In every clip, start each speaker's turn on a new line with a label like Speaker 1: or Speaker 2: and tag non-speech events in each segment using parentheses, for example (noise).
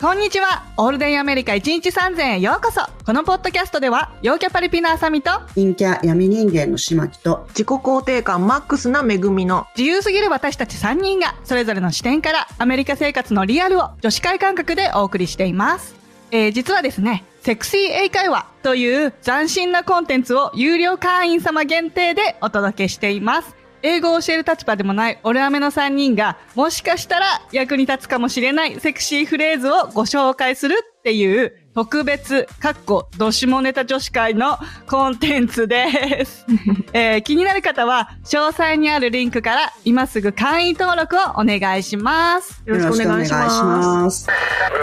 Speaker 1: こんにちはオールデンアメリカ1日3000円へようこそこのポッドキャストでは陽キャパリピのあさみと
Speaker 2: 陰キャ闇人間のしまきと
Speaker 3: 自己肯定感マックスな恵みの
Speaker 1: 自由すぎる私たち3人がそれぞれの視点からアメリカ生活のリアルを女子会感覚でお送りしています、えー実はですねセクシー英会話という斬新なコンテンツを有料会員様限定でお届けしています英語を教える立場でもないオルアメの3人がもしかしたら役に立つかもしれないセクシーフレーズをご紹介するっていう特別、かっこ、どしもネタ女子会のコンテンツです。えー気になる方は、詳細にあるリンクから、今すぐ会員登録をお願いします。
Speaker 3: よろしくお願いします。
Speaker 2: す。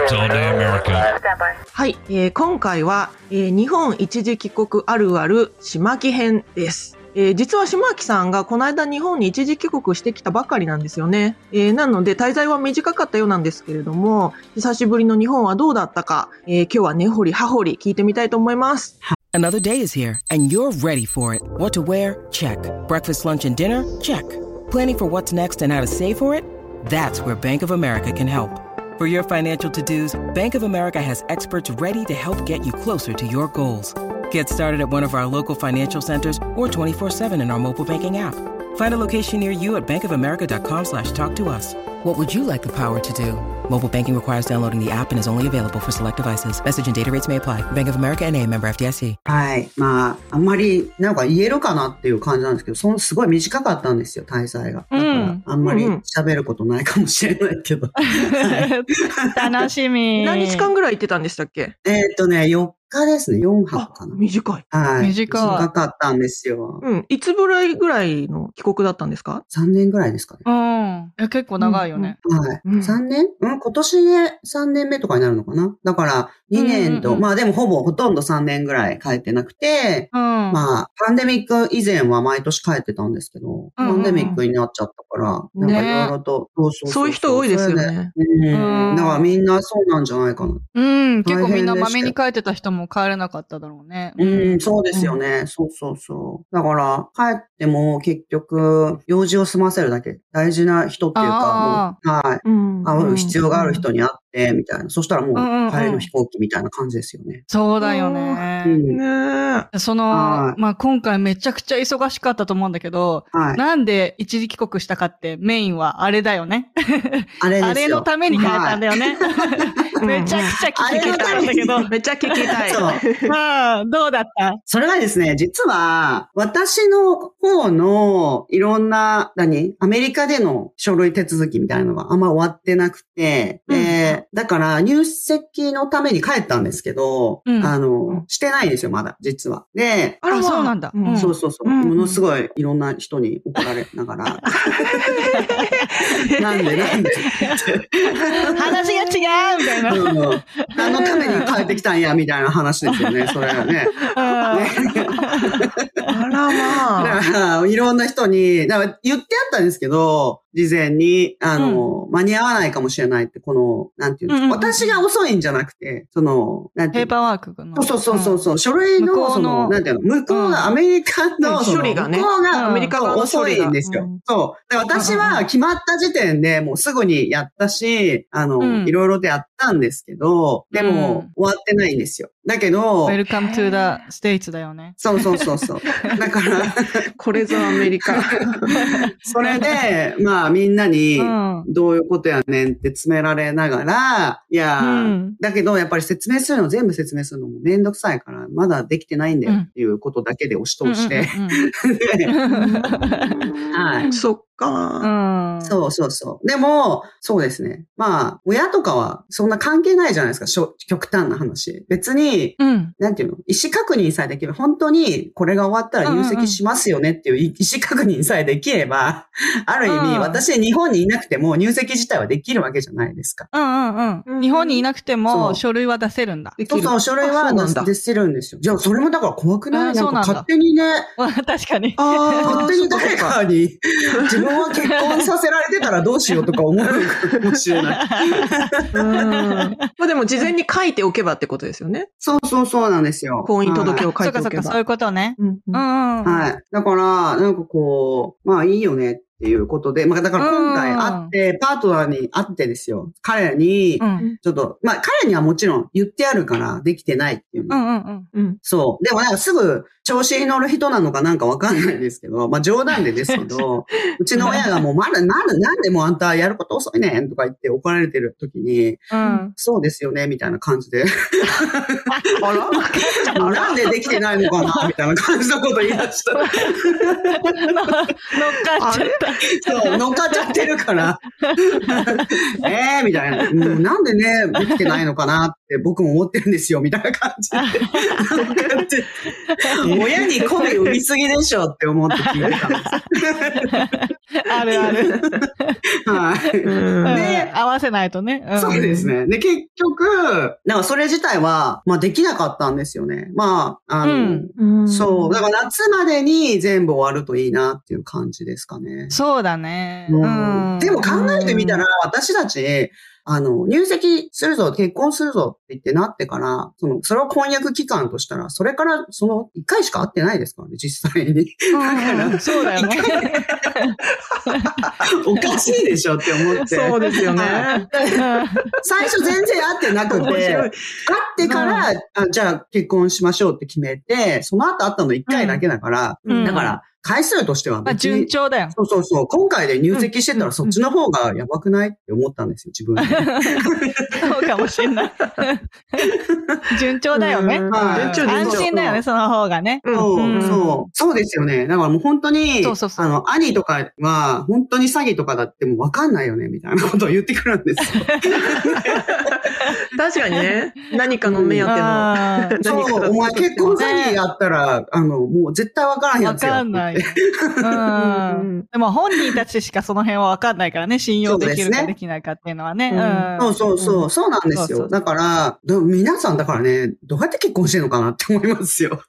Speaker 4: It's all day America.
Speaker 3: はい、えー今回は、えー日本一時帰国あるある島木編です。えー実は島木さんがこの間日本に一時帰国してきたばかりなんですよね。えーなので滞在は短かったようなんですけれども、久しぶりの日本はどうだったか、えー今日は根掘り葉掘り聞いてみたいと思います。
Speaker 5: Another day is here, and you're ready for it. What to wear? Check. Breakfast, lunch, and dinner? Check. Planning for what's next and how to save for it? That's where Bank of America can help. For your financial to dos, Bank of America has experts ready to help get you closer to your goals. Get started at one of our local financial centers or 24-7 in our mobile banking app. Find a location near you at bankofamerica.com slash talk to us. What would you like the power to do? Mobile banking requires downloading the app and is only available for select devices. Message and data rates may apply. Bank of America and a member FDIC.
Speaker 2: はい。まあ、あんまり、なんか言えるかなっていう感じなんですけど、そのすごい短かったんですよ、滞在が。だから、
Speaker 1: うん
Speaker 2: あんまり
Speaker 3: うんうん
Speaker 2: 喋ることないかもしれないけ
Speaker 3: (laughs)
Speaker 2: ど。
Speaker 1: (laughs) 楽しみ。
Speaker 3: 何日間ぐらい行ってたんでしたっけ
Speaker 2: えーっとね、4日ですね、4
Speaker 3: あ
Speaker 2: 泊か、な。
Speaker 3: 短い。
Speaker 2: はい。
Speaker 1: 短い
Speaker 2: かったんですよ。
Speaker 3: うん。いつぶらいぐらいの帰国だったんですか
Speaker 2: 3年ぐらいですかね。
Speaker 1: うん。え結構長いよね。
Speaker 2: はい。
Speaker 3: うん
Speaker 2: 3年うん、今年で3年目とかになるのかなだから、2年と、
Speaker 1: うんうんうん
Speaker 2: まあでもほぼほとんど3年ぐらい帰ってなくて、
Speaker 1: うん。
Speaker 2: まあ、パンデミック以前は毎年帰ってたんですけど、
Speaker 1: うんうん
Speaker 2: パンデミックになっちゃったから、なん
Speaker 3: ね
Speaker 2: かいろいろと、そうそ
Speaker 3: そういう人多いですよ。
Speaker 2: それ
Speaker 3: ね。
Speaker 2: う
Speaker 1: うん
Speaker 2: ん。だからみんなそうなんじゃないかな。
Speaker 1: うん。結構
Speaker 2: 大変でした
Speaker 1: みんなまめに書いてた人も帰れなかっただろうね。
Speaker 2: うん、そうですよね。そうそうそう。だから、帰っても結局、用事を済ませるだけ。大事な人っていうか、もうはい。
Speaker 3: うん
Speaker 2: 会う必要がある
Speaker 3: 人
Speaker 2: 人に会って、みたいな。そしたらも
Speaker 1: うんうんうん
Speaker 2: う、帰りの飛行機みたいな感じですよね。
Speaker 1: そうだよ
Speaker 2: う
Speaker 1: ね。
Speaker 2: ん。
Speaker 3: ねえ。
Speaker 1: その、
Speaker 2: はい
Speaker 1: まあ、今回めちゃくちゃ忙しかったと思うんだけど、
Speaker 2: はい。
Speaker 1: なんで一時帰国したかってメインはあれだよね。
Speaker 2: あれですよ。
Speaker 1: あれのために変えたんだ
Speaker 2: よ。
Speaker 1: よね。 (laughs) めちゃくちゃ聞きたいんだけど。
Speaker 3: (laughs) めっちゃ聞きたい。
Speaker 2: そう。
Speaker 1: まあ、どうだった
Speaker 2: それはですね、実は、私の方の、いろんな、何アメリカでの書類手続きみたいなのがあんま終わってなくて、で、だから、入籍のために帰ったんですけど、
Speaker 1: うん
Speaker 2: あ
Speaker 3: ん
Speaker 2: の、してないんですよ、まだ、実は。で、
Speaker 3: あら
Speaker 1: あ
Speaker 3: ま
Speaker 1: そうなんだうん
Speaker 2: そうそうそう。
Speaker 3: うん
Speaker 2: ものすごいいろんな人に怒られな
Speaker 1: (laughs)
Speaker 2: がら。なんでなんでって
Speaker 1: 話が違うみたいな。
Speaker 2: うん何のために帰ってきたんやみたいな話ですよね、それはね。ね
Speaker 3: あ
Speaker 2: だ
Speaker 3: ら
Speaker 2: (laughs)
Speaker 3: まあ。
Speaker 2: から、いろんな人に、だから言ってあったんですけど、事前に、あの、間に合わないかもしれないって、この、なんていうの、
Speaker 1: うんうんうん
Speaker 2: 私が遅いんじゃなくて、その、なんてい
Speaker 1: ペ
Speaker 2: う
Speaker 1: ー
Speaker 2: の
Speaker 1: パーワークの。
Speaker 2: そうそうそうそう、う書類
Speaker 1: 向こう
Speaker 2: の、
Speaker 1: の
Speaker 2: その、なんていうの、向こう
Speaker 1: うん
Speaker 2: が、アメリカの、その
Speaker 3: 処理がね
Speaker 2: 向こう
Speaker 1: うん
Speaker 2: が、
Speaker 1: アメリ
Speaker 3: カ側の処
Speaker 2: 遅
Speaker 3: 理が
Speaker 2: いんです
Speaker 3: う
Speaker 2: よ
Speaker 3: ん。
Speaker 2: そう。で、私
Speaker 3: うんうんう
Speaker 2: は
Speaker 3: ん
Speaker 2: 決まった時点でもうすぐにやったし、あ
Speaker 1: うん
Speaker 2: の、いろいろでやったんですけど、で
Speaker 1: う
Speaker 2: も
Speaker 1: ん、
Speaker 2: 終わってないんですよ。だけ
Speaker 1: (laughs)
Speaker 2: ど
Speaker 1: ウェ、ルカムトゥーダステイツだよね。
Speaker 2: そうそうそうそう。だから、
Speaker 3: これぞアメリカ。
Speaker 2: それで、 (laughs) まあみんなに
Speaker 1: う、ん。
Speaker 2: どういうことやねんって詰められながら、いやー、
Speaker 1: うん
Speaker 2: だけどやっぱり説明するの、全部説明するのもめんどくさいから、まだできてないんだよっていうことだけで押し通して、で (laughs) はい
Speaker 3: そっ
Speaker 1: うん。
Speaker 3: か。
Speaker 1: うん。
Speaker 2: そうそうそう。でも、そうですね。まあ、親とかはそんな関係ないじゃないですか、しょ極端な話。別に、
Speaker 1: うん。
Speaker 2: なんていうの意思確認さえできれば、本当にこれが終わったら入籍しますよねっていう意思確認さえできれ
Speaker 3: (laughs)
Speaker 2: ば、ある意
Speaker 1: う
Speaker 2: 味、
Speaker 1: ん
Speaker 2: 私日本にいなくても入籍自体はできるわけじゃないですか。
Speaker 1: うんうん
Speaker 3: う
Speaker 1: うんん。日本にいなくて
Speaker 2: そ
Speaker 1: も
Speaker 2: う
Speaker 1: 書類は出せるんだ。
Speaker 3: でき
Speaker 2: そう
Speaker 3: る
Speaker 2: そう、書類
Speaker 3: あ
Speaker 2: は
Speaker 3: そうなんだ
Speaker 2: 出せるんですよ。じゃあ、それもだから怖くな
Speaker 1: あ
Speaker 2: いなん
Speaker 1: そう
Speaker 2: か
Speaker 1: なんだ
Speaker 2: 勝手にね、
Speaker 1: (laughs) 確かに。
Speaker 3: あー
Speaker 2: 勝手に誰
Speaker 3: そっかそっか
Speaker 2: かに、自分は結婚させられてたらどうしようとか思うかもしれ
Speaker 3: (laughs)
Speaker 2: ない。
Speaker 3: うんまあでも事前に書いておけばってことですよね。
Speaker 2: そうそうそうなんですよ。
Speaker 3: 婚姻届
Speaker 2: を。
Speaker 3: を書
Speaker 1: そ
Speaker 3: いうて
Speaker 1: かそ
Speaker 3: お
Speaker 1: う
Speaker 3: け
Speaker 1: か、そうい
Speaker 3: ば。
Speaker 1: うことね。
Speaker 3: うんう
Speaker 1: うんんうん。
Speaker 2: はい。だから、なんかこう、まあいいよねっっていうことで、まあだから今回会って、パートナーに会ってですよ。彼に
Speaker 1: う、ん。
Speaker 2: ちょっと、まあ彼にはもちろん言ってあるからできてないっていうの
Speaker 1: う
Speaker 2: は
Speaker 1: んうんうん。
Speaker 3: うん。
Speaker 2: そう。でもなんかすぐ調子に乗る人なのかなんかわかんないですけど、まあ冗談でですけ
Speaker 1: (laughs)
Speaker 2: ど、うちの親がもうまだなんで、なんでもうあんたやること遅いねんとか言って怒られてる時に、
Speaker 1: うん。
Speaker 2: そうですよね、みたいな感じ
Speaker 1: (laughs)
Speaker 2: で。あらなんでできてないのかなみたいな感じのこと言い出したら。
Speaker 1: 乗っかっちゃった。
Speaker 2: そう、乗っかっちゃってるから。 (laughs) ええみたいな。うんなんでね、できてないのかなって僕も思ってるんですよ、みたいな感
Speaker 1: (laughs)
Speaker 2: じで。乗っかっちゃって親に声を見すぎでしょって思って聞いてたんです。
Speaker 1: あるある。
Speaker 2: はい。
Speaker 1: うん
Speaker 2: ね
Speaker 1: 合わせないとね。ん
Speaker 2: そうですね。で、結局、なんかそれ自体は、まあできなかったんですよね。まあ、あの、
Speaker 1: うん
Speaker 3: うん
Speaker 2: そう。だから夏までに全部終わるといいなっていう感じですかね。
Speaker 1: そうだね。
Speaker 2: うんでも考えてみた
Speaker 1: ら。
Speaker 2: ら、私たち、あの、入籍するぞ、結婚するぞって言ってなってから、その、それを婚約期間としたら、それからその1回しか会ってないですからね、実際に。 (laughs)
Speaker 1: うんうんそうだよね。
Speaker 2: おかしいでしょって思って。
Speaker 3: そうですよね。
Speaker 2: 最初全然会ってなく
Speaker 3: 面
Speaker 2: て、
Speaker 3: 白
Speaker 2: 会っ
Speaker 3: い
Speaker 2: てから、あじゃあ結婚しましょうって決めて、その後会ったの1回だけだから、
Speaker 1: うん
Speaker 2: だから、回数として
Speaker 1: (laughs)
Speaker 2: は
Speaker 1: まあ
Speaker 2: 別に
Speaker 1: 順調だよ。
Speaker 2: そうそうそう。今回で入籍してた
Speaker 3: う
Speaker 2: ら
Speaker 3: ん
Speaker 2: そっちの方がやばくないって思ったんですよ、自分で。
Speaker 1: (laughs) そうかもしれない。 (laughs) 順調だよね。
Speaker 3: うん
Speaker 2: はい
Speaker 3: 順調です
Speaker 1: 安心だよね、その方がね。
Speaker 2: そうう、
Speaker 1: ん
Speaker 2: そう、そうですよね。だからもう本当に、
Speaker 1: そうそうそう
Speaker 2: あの、兄とかは、本当に詐欺とかだってもうわかんないよね、みたいなことを言ってくるんですよ。
Speaker 3: 確かにね。何かの目当ての。
Speaker 1: あー
Speaker 3: 何か
Speaker 2: そう、お前結婚詐欺やったら、あの、もう絶対わからんや
Speaker 1: わ
Speaker 2: つや
Speaker 1: か
Speaker 2: って
Speaker 1: ん
Speaker 2: 言っ
Speaker 1: な
Speaker 2: て。
Speaker 1: いよ。う
Speaker 3: うん
Speaker 1: ん。でも本人たちしかその辺はわかんないからね、信用でき
Speaker 2: そ
Speaker 1: る
Speaker 2: うです
Speaker 1: か
Speaker 2: ね
Speaker 1: できないかっていうのはね。
Speaker 3: うん
Speaker 1: ん
Speaker 2: そうそうそう、そうなんですよ。
Speaker 1: そうそう
Speaker 2: だから、ど皆さんだからね、どうやって結婚してるのかなって思いますよ。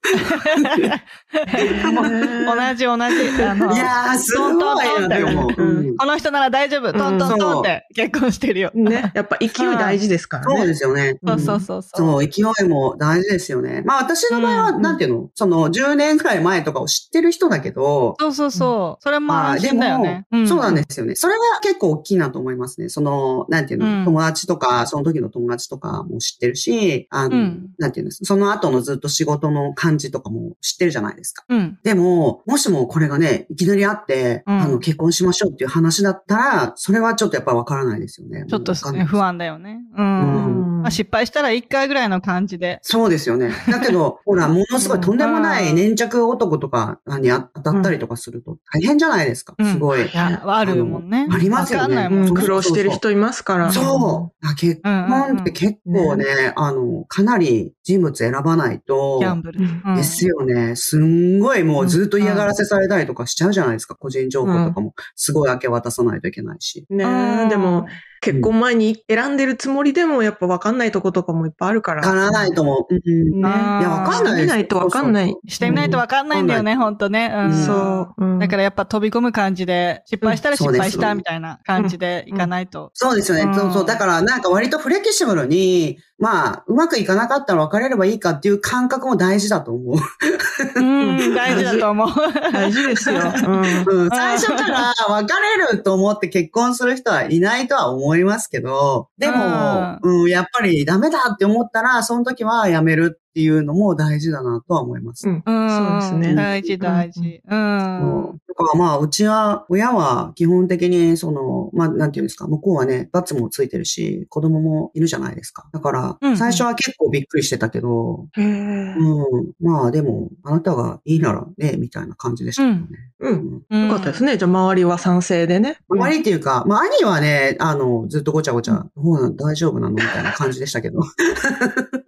Speaker 2: (laughs)
Speaker 1: 同じ同じ。あの
Speaker 2: いやー、すごいなって思う。
Speaker 3: うん
Speaker 2: うん
Speaker 1: この人なら大丈夫。トントントンって結婚してるよ。
Speaker 3: ね。やっぱ勢い大事ですから
Speaker 2: そう
Speaker 3: ね。
Speaker 2: ですよね。
Speaker 1: そうそうそうそう。
Speaker 2: そう、勢いも大事ですよね。まあ私の場合は、
Speaker 3: うん
Speaker 2: なんていうのその10年くらい前とかを知ってる人だけど、
Speaker 1: そうそうそう。それも
Speaker 2: まあ
Speaker 1: 安
Speaker 2: で
Speaker 1: 心
Speaker 2: も、
Speaker 1: だよね。
Speaker 2: そうなん
Speaker 1: ね。
Speaker 2: ですよね。それは結構大きいなと思いますね。その、なんていうの、
Speaker 1: うん
Speaker 2: 友達とか、その時の友達とかも知ってるし、あの、
Speaker 1: うん
Speaker 2: なんていうんですその後のずっと仕事の感じとかも知ってるじゃないですか。
Speaker 1: うん。
Speaker 2: でも、もしもこれがね、いきなり会って、
Speaker 1: うん
Speaker 2: あの、結婚しましょうっていう話だったら、それはちょっとやっぱわからないですよね。
Speaker 1: ちょっと
Speaker 2: もうわかんな
Speaker 1: ね
Speaker 2: い
Speaker 1: 不安だよね。うん。
Speaker 3: うん
Speaker 1: まあ、失敗したら一回ぐらいの感じで。
Speaker 2: そうですよね。だけ
Speaker 1: (laughs)
Speaker 2: ど、ほら、ものすごいとんでもない粘着男とかにあ当たったりとかすると大変じゃないですか。
Speaker 1: うん
Speaker 2: すごい。
Speaker 1: いや、あるもんね。
Speaker 2: ありますよね
Speaker 1: わかんない
Speaker 3: うん
Speaker 1: もん。
Speaker 3: 苦労してる人いますから。
Speaker 2: そう。あ結婚って結構ね、あの、かなり人物選ばないと
Speaker 1: ギ、ャンブル。うん
Speaker 2: ですよね。すんごいもうずっと嫌がらせされたりとかしちゃうじゃないですか。個人情報とかもすごい明け渡さないといけないし。
Speaker 3: ね
Speaker 1: うん
Speaker 3: でも、結婚前に選んでるつもりでも、やっぱ分かんないとことかもいっぱいあるか
Speaker 2: わ
Speaker 3: ら。
Speaker 2: からないと思う。うん
Speaker 3: ね。
Speaker 1: あー
Speaker 2: いや、わかんないです。
Speaker 3: 見ないとわかんない
Speaker 2: そうそう
Speaker 1: してみないとわかんないんだよね、ほんとね。うん。
Speaker 3: そう。うん
Speaker 1: だからやっぱ飛び込む感じで、失敗したら失敗し
Speaker 2: そうで
Speaker 1: た
Speaker 2: す
Speaker 1: みたいな感じでいかないと。
Speaker 2: そうですよ
Speaker 1: うん
Speaker 2: ね。そうそう。だから、なんか割とフレキシブルに、まあ、うまくいかなかったら別れればいいかっていう感覚も大事だと思う。
Speaker 1: うん、大事だと思う。
Speaker 3: 大事ですよ。うん
Speaker 2: うん、最初から別れると思って結婚する人はいないとは思いますけど、でも、うん、やっぱりダメだって思ったら、その時はやめるっていうのも大事だなとは思います。
Speaker 3: う
Speaker 1: (laughs)
Speaker 3: ん。
Speaker 1: うん。
Speaker 3: そうですね
Speaker 1: 大事大事。うん。
Speaker 2: うんだからまあ、うちは、親は基本的に、その、まあ、なんていうんですか、向こうはね、罰もついてるし、子供もいるじゃないですか。だか
Speaker 1: うん
Speaker 2: ら、最初は結構びっくりしてたけど、
Speaker 3: へー
Speaker 2: うん。まあでも、あなたがいいならね、みたいな感じでしたけどね。
Speaker 3: う。
Speaker 2: うん
Speaker 1: よ
Speaker 2: ん
Speaker 3: よかったですね。じゃあ、周りは賛成でね。
Speaker 2: あまりっていうか、まあ兄はね、あの、ずっとごちゃごちゃ、ほうなの大丈夫なのみたいな感じでしたけど。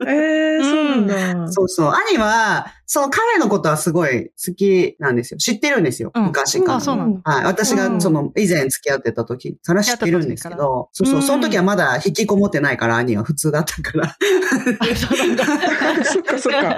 Speaker 3: ええ、そうなんだ。
Speaker 2: そうそう。兄は、その彼のことはすごい好きなんですよ。知ってるんですよ。
Speaker 1: うん
Speaker 2: 昔から。
Speaker 1: あそうなんだ
Speaker 2: はい。私
Speaker 3: う
Speaker 2: が
Speaker 3: ん
Speaker 2: その以前付き合ってた時から知ってるんですけど、そうそうう。
Speaker 1: ん
Speaker 2: その時はまだ引きこもってないから兄は普通だったから。
Speaker 1: そうなんだ。
Speaker 3: そっかそっか。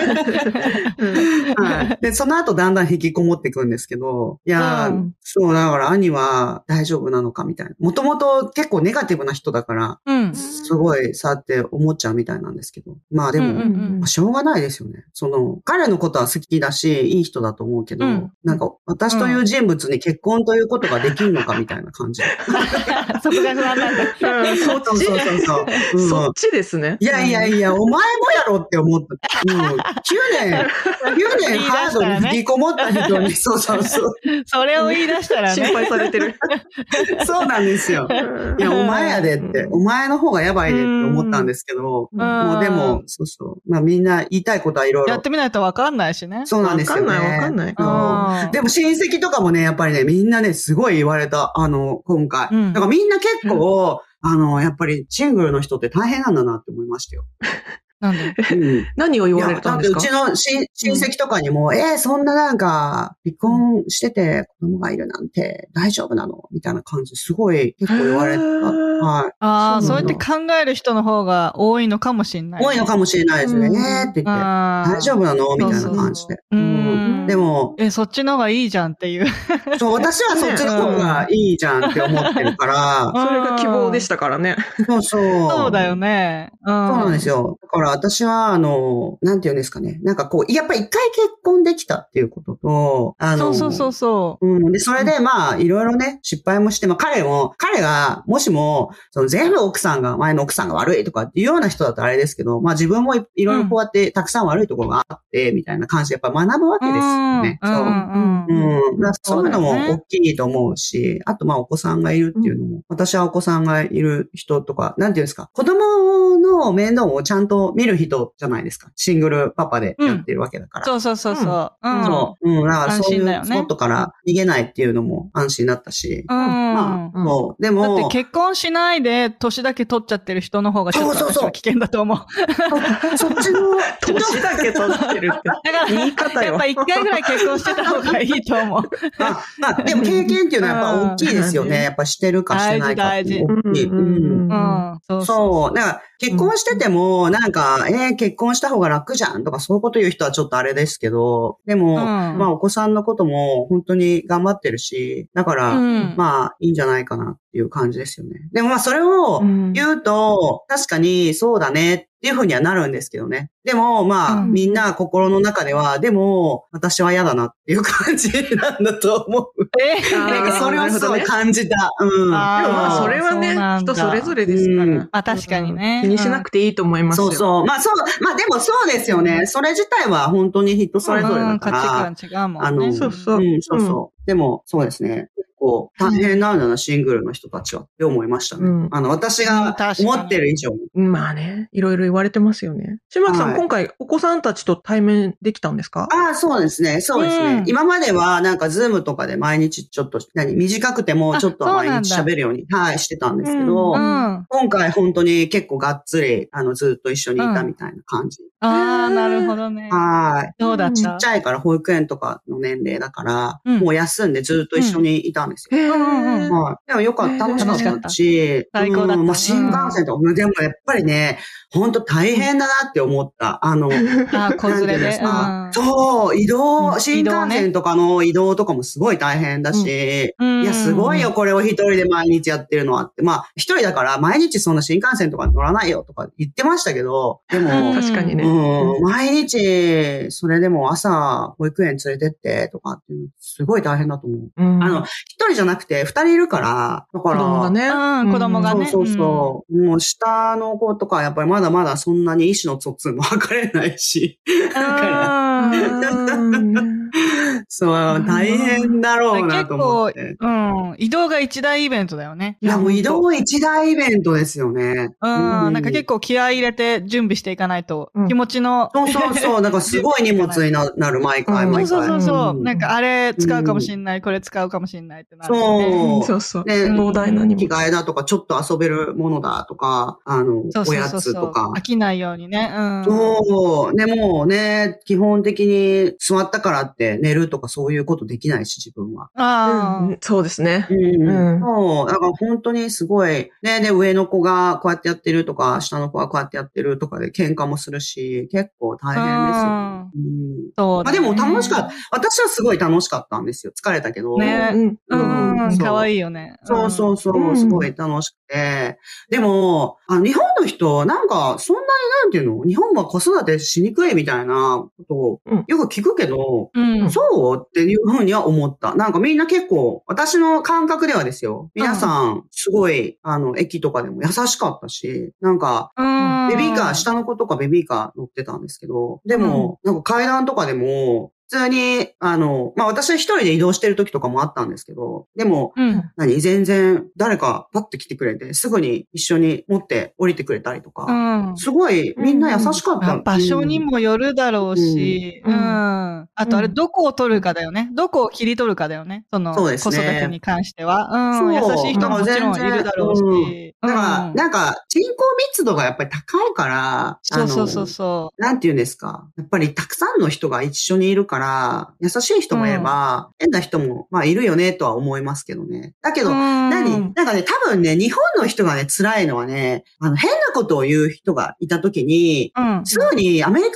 Speaker 2: はい。 (laughs) で、その後だんだん引きこもっていくんですけど、いやー、
Speaker 3: うん
Speaker 2: そう、だから兄は大丈夫なのかみたいな。もともと結構ネガティブな人だから、
Speaker 1: うん。
Speaker 2: すごいさって思っちゃうみたいなんですけど。まあでも、
Speaker 1: うんうん (laughs)
Speaker 2: まあしょうがないですよね。その、彼のことは好きだし、いい人だと思うけど、
Speaker 1: うん
Speaker 2: なんか、私という人物に結婚ということができるのかみたいな感じ。
Speaker 1: そこが不安なんだ。
Speaker 3: うんそっ
Speaker 2: そう
Speaker 3: ち
Speaker 2: そうそうそう。うん
Speaker 3: (laughs) そっちですね。
Speaker 2: いやいやいや、お前もやろって思った。うん、9年、9年ハードに吹きこもった人に、そうそうそう。
Speaker 1: それを言い出したら
Speaker 3: 心
Speaker 1: ね。
Speaker 3: 配されてる。
Speaker 2: そうなんですよ。いや、お前やでって、お前の方がやばいでって思ったんですけど、
Speaker 1: ん
Speaker 2: もうでも、そうそう。まあみんな言いたいことはいろい
Speaker 1: や
Speaker 2: ろ
Speaker 1: っ。てみないとわかんないしね。
Speaker 2: そうなんですよね。
Speaker 3: わかんないわ
Speaker 1: かんない
Speaker 2: うんでも親戚とかもね、やっぱりね、みんなね、すごい言われた、あの、今回。
Speaker 1: うん
Speaker 2: だからみんな結構、あの、やっぱりシングルの人って大変なんだなって思いましたよ。
Speaker 1: なんで
Speaker 2: うん
Speaker 3: 何 (laughs) を言われたんですか
Speaker 2: いやだってうちの親親戚とかにも、えーそんななんか、離婚してて子供がいるなんて大丈夫なのみたいな感じ、すごい結構言われた。
Speaker 3: へー
Speaker 2: はい。
Speaker 1: ああ、
Speaker 2: そ
Speaker 1: そうう
Speaker 2: な
Speaker 1: やっ
Speaker 2: の
Speaker 1: て考える人の方が多いのかもしれない。
Speaker 2: 多いのかもしれないですね。
Speaker 3: うん
Speaker 2: えーって
Speaker 1: 大
Speaker 2: 言って、大丈夫なのみたいな感じで。
Speaker 1: う
Speaker 2: うん
Speaker 1: ん。
Speaker 2: で、も、
Speaker 1: え、そっちの方がいいじゃんって
Speaker 2: (laughs)
Speaker 1: いう。。
Speaker 2: そう、私はそっちの方がいいじゃんって思ってるから、
Speaker 3: それが希望でしたたからね。
Speaker 2: そうそう。
Speaker 1: そうだよね。そう
Speaker 2: そうなん
Speaker 1: な
Speaker 2: ですよ。だから私は、あの、なんて言うんですかね。なんかこう、やっぱり一回結婚できたっていうことと、あ
Speaker 1: そ
Speaker 2: の、
Speaker 1: うそうそうそう。
Speaker 2: うん。で、それで、まあ、いろいろね、失敗もして、まあ、彼も、彼が、もしも、その全部奥さんが、前の奥さんが悪いとかっていうような人だとあれですけど、まあ、自分もいいろいろこうやって、たくさん悪いところがあって、みたいな感じで、やっぱ学ぶわけですよね。
Speaker 1: うんうん
Speaker 2: そう。
Speaker 1: うん
Speaker 2: うん。だからそういうのも
Speaker 1: そうだよ
Speaker 2: 大
Speaker 1: ね
Speaker 2: きいと思うし、あと、まあ、お子さんがいるっていうのも、私はお子さんがいる人とか、なんていうんですか、子供の面倒をちゃんと見る人じゃないですか。シングルパパでやってるわけだから。
Speaker 1: そうそうそうそう。うん。
Speaker 2: そう。うん。だからそうい
Speaker 1: 安心だよ
Speaker 2: う
Speaker 1: ね
Speaker 2: スポットから逃げないっていうのも安心だったし。
Speaker 1: うん
Speaker 2: まあ、もう、で
Speaker 1: だって
Speaker 2: も、
Speaker 1: 結婚しないで年だけ取っちゃってる人の方がちょっと
Speaker 2: そうそうそ
Speaker 1: 私
Speaker 2: う
Speaker 1: は危険だと思う。
Speaker 2: (laughs) そっちの、
Speaker 3: 年だけ取 (laughs) ってるって。
Speaker 1: だから、 (laughs)
Speaker 3: 言い方よ
Speaker 1: やっぱ一回ぐらい結婚してた方がいいと思う。
Speaker 2: あまあ、でも経験っていうのはやっぱ大きいですよ
Speaker 3: うん
Speaker 2: ね。やっぱしてるかしてないかっていうのは大きい。うん
Speaker 1: う。ん。そうそう。
Speaker 2: そう。だから、結婚してても、なんか、えー結婚した方が楽じゃんとか、そういうこと言う人はちょっとあれですけど、でも、
Speaker 1: うん
Speaker 2: まあ、お子さんのことも本当に頑張ってるし、だから、
Speaker 1: うん
Speaker 2: まあ、いいんじゃないかなっていう感じですよね。でもまあ、それを
Speaker 3: うん
Speaker 2: 言うと、確かにそうだねっていうふうにはなるんですけどね。でも、まあ、
Speaker 1: うん
Speaker 2: みんな心の中では、でも、私は嫌だなっていう感じなんだと思う。
Speaker 1: え
Speaker 3: あー
Speaker 2: なんかそれをすごい感じた。うん。
Speaker 1: あー
Speaker 3: でもまあそれは
Speaker 1: そうな
Speaker 3: ね、
Speaker 1: んだ
Speaker 3: 人それぞれですから。
Speaker 2: うん
Speaker 1: あ確かにね
Speaker 3: うん気にしなくていいと思います
Speaker 2: そ
Speaker 3: よ。
Speaker 2: うそう。まあそう、まあでもそうですよね。それ自体は本当に人それぞれ
Speaker 1: う
Speaker 2: だ
Speaker 1: ん
Speaker 2: か
Speaker 1: 価
Speaker 2: ら。
Speaker 1: 値観違うもんね。
Speaker 2: あの、
Speaker 3: そうそう
Speaker 2: うん、そうそう。でも、そうですね。結構大変なんだな、シングルの人たちはって思いましたね。
Speaker 3: うん
Speaker 2: あの、私
Speaker 1: うん
Speaker 2: が
Speaker 1: 確かに
Speaker 2: 思ってる以上に。
Speaker 3: まあね、いろいろ言われてますよね。島木さん、
Speaker 2: はい
Speaker 3: 今回お子さんたちと対面できたんですか
Speaker 2: ああ、そうですね。そうですね。
Speaker 1: うん
Speaker 2: 今までは、なんか、ズームとかで毎日ちょっと、何、短くても、
Speaker 1: あ
Speaker 2: ちょっとは毎日
Speaker 1: そうなんだ
Speaker 2: 喋るように、はい、してたんですけど、
Speaker 1: う
Speaker 3: うん
Speaker 1: ん。
Speaker 2: 今回本当に結構がっつり、あの、ずっと一緒にいたみたいな感じ。
Speaker 1: ああ、なるほどね。
Speaker 2: はい。
Speaker 1: どうだっ
Speaker 2: ち
Speaker 1: た
Speaker 2: っちゃいから保育園とかの年齢だから、
Speaker 1: うん
Speaker 2: もう休んでずっと一緒にいたんですよ。
Speaker 3: へー
Speaker 1: うんうんう
Speaker 2: はい。でもよかった、楽しかったし、
Speaker 1: 楽しかった最高だった
Speaker 2: うんまあ、新幹線とか、でもやっぱりね、ほんと大変だなって思った。あの、
Speaker 1: あー子連れ
Speaker 2: なんていうん。
Speaker 1: です
Speaker 2: か
Speaker 1: うん
Speaker 2: そう、移
Speaker 1: う
Speaker 2: 動、
Speaker 1: ん
Speaker 2: 新幹線とかの移動とかもすごい大変だし、
Speaker 1: うん
Speaker 2: いや、すごいよ、これを一人で毎日やってるのはって。まあ、一人だから毎日そんな新幹線とか乗らないよとか言ってましたけど、でも、
Speaker 1: うん
Speaker 3: 確かにね。
Speaker 2: うん、毎日、それでも朝、保育園連れてってとかっていうの、すごい大変だと思う。
Speaker 3: うん
Speaker 2: あの、、一人じゃなくて二人いるから、だか
Speaker 3: 子
Speaker 2: ら、
Speaker 3: 供がね。
Speaker 1: うん子供がね
Speaker 2: そうそうそう。もう下の子とか、やっぱりまだまだそんなに意思の疎通も測れないし、 (laughs)
Speaker 3: うん
Speaker 1: うん
Speaker 3: うん
Speaker 2: そう、大変だろうなと思って。
Speaker 1: うん。移動が一大イベントだよね。
Speaker 2: いや、もう移動一大イベントですよね。
Speaker 1: うん。なんか結
Speaker 2: 構。
Speaker 1: 構気合い入れて準備していかないと
Speaker 3: うん、
Speaker 1: 気持ちの、
Speaker 2: そうそうそう。なんかすごい荷物にななる、毎回、
Speaker 3: うん
Speaker 1: そうそう
Speaker 2: 毎回。
Speaker 1: そうそう。
Speaker 2: ん
Speaker 1: なんかあれ使うかもしんない、これ使うかもしんないってなるよね。
Speaker 2: そう。
Speaker 3: そうそう。
Speaker 2: ね
Speaker 3: 膨大な荷
Speaker 2: 着
Speaker 3: 物。
Speaker 2: 替えだとか、ちょっと遊べるものだとか、あの、
Speaker 1: そう
Speaker 2: お
Speaker 1: そう
Speaker 2: や
Speaker 1: そう
Speaker 2: つ
Speaker 1: そ
Speaker 2: と
Speaker 1: う。
Speaker 2: か
Speaker 1: 飽。きないようにね。うん。
Speaker 2: そう。ね、もうね、基本的に座ったからって寝るとかそういうことできないし、自分は。
Speaker 1: あ
Speaker 3: うんそうですね
Speaker 2: う。ん
Speaker 3: うん
Speaker 2: そう。だから本当にすごい、ね、で、上の子がこうやってやってるとか、下の子がこうやってやってるとかで喧嘩もするし、結構大変ですよ。
Speaker 1: あ。
Speaker 2: うん
Speaker 1: そう
Speaker 2: ま
Speaker 1: だ
Speaker 2: あ
Speaker 1: ね
Speaker 2: でも楽しかった。私はすごい楽しかったんですよ。疲れたけど。
Speaker 1: ね
Speaker 3: うん
Speaker 1: う
Speaker 2: うん
Speaker 1: ん、
Speaker 2: そう
Speaker 1: かわいいよね。。
Speaker 2: そうそううそうう、
Speaker 3: ん
Speaker 2: すごい楽しくて。でも、あ日本の人、なんか、そんなになんていうの日本は子育てしにくいみたいなことを
Speaker 3: うん
Speaker 2: よく聞くけど、
Speaker 1: うん。
Speaker 2: そうっていうふうには思った。なんかみんな結構、私の感覚ではですよ。皆さん、すごい、あの、駅とかでも優しかったし、なんか、
Speaker 1: うん
Speaker 2: ベビーカー、下の子とかベビーカー乗ってたんですけど、でも、なんか階段とかでも、普通に、あの、まあ私一人で移動してる時とかもあったんですけど、でも、
Speaker 1: うん。
Speaker 2: 何全然誰かパッて来てくれて、すぐに一緒に持って降りてくれたりと
Speaker 1: う
Speaker 2: か、
Speaker 1: ん。
Speaker 2: すごいみんな優しかった。
Speaker 1: まあ場所に
Speaker 2: うん
Speaker 1: もよるだろうし、
Speaker 3: う
Speaker 1: うんん。
Speaker 3: うん
Speaker 1: あとあれ、どこを取るかだよね。どこを切り取るかだよね。その、
Speaker 2: そう
Speaker 1: 子
Speaker 2: です
Speaker 1: 育
Speaker 2: ね
Speaker 1: てに関しては。うん。優
Speaker 2: そう
Speaker 1: しい人ももちろんいるだろうし。
Speaker 2: だから、
Speaker 1: うん
Speaker 2: なんか人口密度がやっぱり高いから、あ
Speaker 1: そう
Speaker 2: の
Speaker 1: そうそうそ
Speaker 2: なんて言うんですか。やっぱりたくさんの人が一緒にいるから、優しい人もいれば、変な人も、まあいるよねとは思いますけどね。だけ
Speaker 1: う。
Speaker 2: ど、
Speaker 1: うん
Speaker 2: 何なんかね、多分ね、日本の人がね、辛いのはね、あの、変なことを言う人がいたときに、
Speaker 1: うん。
Speaker 2: すぐに、アメリカ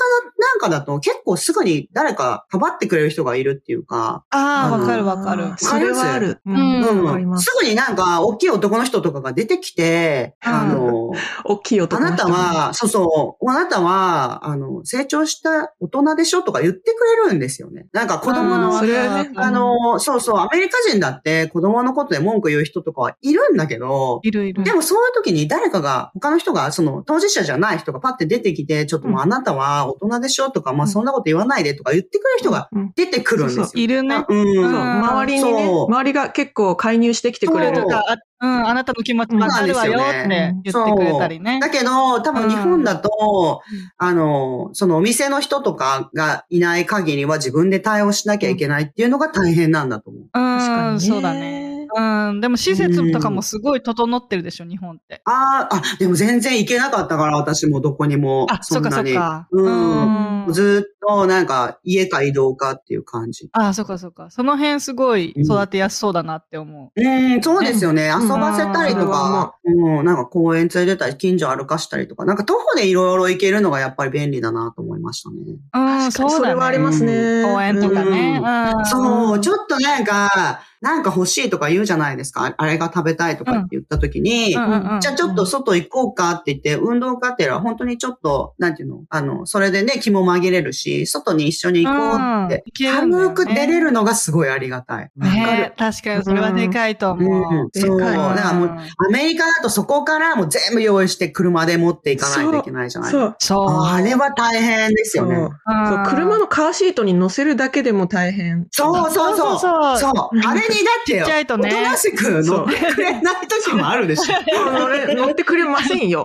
Speaker 2: なんかだと結構すぐに誰かかばってくれる人がいるっていうか、
Speaker 1: ああ、わかるわか
Speaker 3: あ
Speaker 1: る
Speaker 3: ー。それはある。う
Speaker 1: うん
Speaker 3: わかります
Speaker 2: すぐになんか大きい男の人とかが出てきて、
Speaker 1: うん
Speaker 2: あの、
Speaker 3: 大きい
Speaker 2: あ
Speaker 3: 男の
Speaker 2: な
Speaker 3: 人
Speaker 2: た
Speaker 3: も
Speaker 2: は、そうそう、あなたは、あの、成長した大人でしょとか言ってくれるんですよね。なんか子供
Speaker 1: あー
Speaker 2: の
Speaker 3: そ、れはね
Speaker 1: うん
Speaker 2: あの、そうそう、アメリカ人だって子供のことで文句言う人とかはいるんだけど、
Speaker 1: いるいる。
Speaker 2: でもそういう時に誰かが、他の人が、その当事者じゃない人がパッて出てきて、ちょっともうあなたは大人でしょとか、まあそんなこと言わないでとか言ってくれる人が
Speaker 3: うん
Speaker 2: 出てくるんですよ。
Speaker 1: いるね。
Speaker 2: うん。
Speaker 1: う
Speaker 3: そうん周りにね、
Speaker 2: そう
Speaker 3: 周りが結構介入してきてくれる
Speaker 2: そう。
Speaker 1: あうん、あなたの気持ちわかるわよって言ってくれたりね。
Speaker 2: だけど、多分日本だと、あの、そのお店の人とかがいない限りは自分で対応しなきゃいけないっていうのが大変なんだと思う。
Speaker 3: 確か
Speaker 1: う
Speaker 3: にね
Speaker 1: ん、そうだね。。うん、でも施設とかもすごい整ってるでしょ、日本って。
Speaker 2: ああ、あ、でも全然行けなかったから、私もどこにも。
Speaker 1: あ、そっかそ
Speaker 2: んな
Speaker 1: っ
Speaker 2: に
Speaker 1: か。
Speaker 2: うん。
Speaker 1: うん
Speaker 2: ずーっと、なんか、家か移動かっていう感じ。
Speaker 1: あ、そっかそっか。その辺すごい育てやすそうだなって思
Speaker 2: うん、そうですよね。遊ばせたりとか、うん、なんか公園連れてたり、近所歩かしたりとか、なんか徒歩でいろいろ行けるのがやっぱり便利だなと思いましたね。
Speaker 1: う。うん、
Speaker 3: 確か
Speaker 1: そ
Speaker 3: に
Speaker 1: う
Speaker 3: それは
Speaker 1: だ
Speaker 3: あり
Speaker 1: ね。
Speaker 3: ますね。
Speaker 1: 公園とかね。うん
Speaker 2: そう、ちょっとなんか、なんか欲しいとか言うじゃないですか。あれが食べたいとかって言った時に、
Speaker 1: うんうんうん
Speaker 2: じゃあちょっと外行こうかって言って、運動家っていうのは本当にちょっと、なんていうのあの、それでね、気も紛れるし、外に一緒に行こうって
Speaker 1: うん行け、るんだよね
Speaker 2: 軽く出れるのがすごいありがたい。わかる
Speaker 1: ね確かにそれはでかいと思う。
Speaker 2: うん、そう。
Speaker 3: で
Speaker 2: だ
Speaker 3: かい
Speaker 2: からもう、アメリカだとそこからもう全部用意して車で持っていかないといけないじゃないです
Speaker 3: そ
Speaker 2: か。
Speaker 3: う。
Speaker 1: そう。
Speaker 2: あれは大変です
Speaker 3: そ
Speaker 2: よ
Speaker 3: う
Speaker 2: ね。
Speaker 3: そう車のカーシートに乗せるだけでも大変。
Speaker 2: そうそうそう。
Speaker 1: そう
Speaker 2: そう。あれにだってよ、
Speaker 1: ちっちゃいとね
Speaker 2: おとなしく乗ってくれない時もあるでしょ。(laughs)
Speaker 3: 乗れ乗ってくれません (laughs) よ。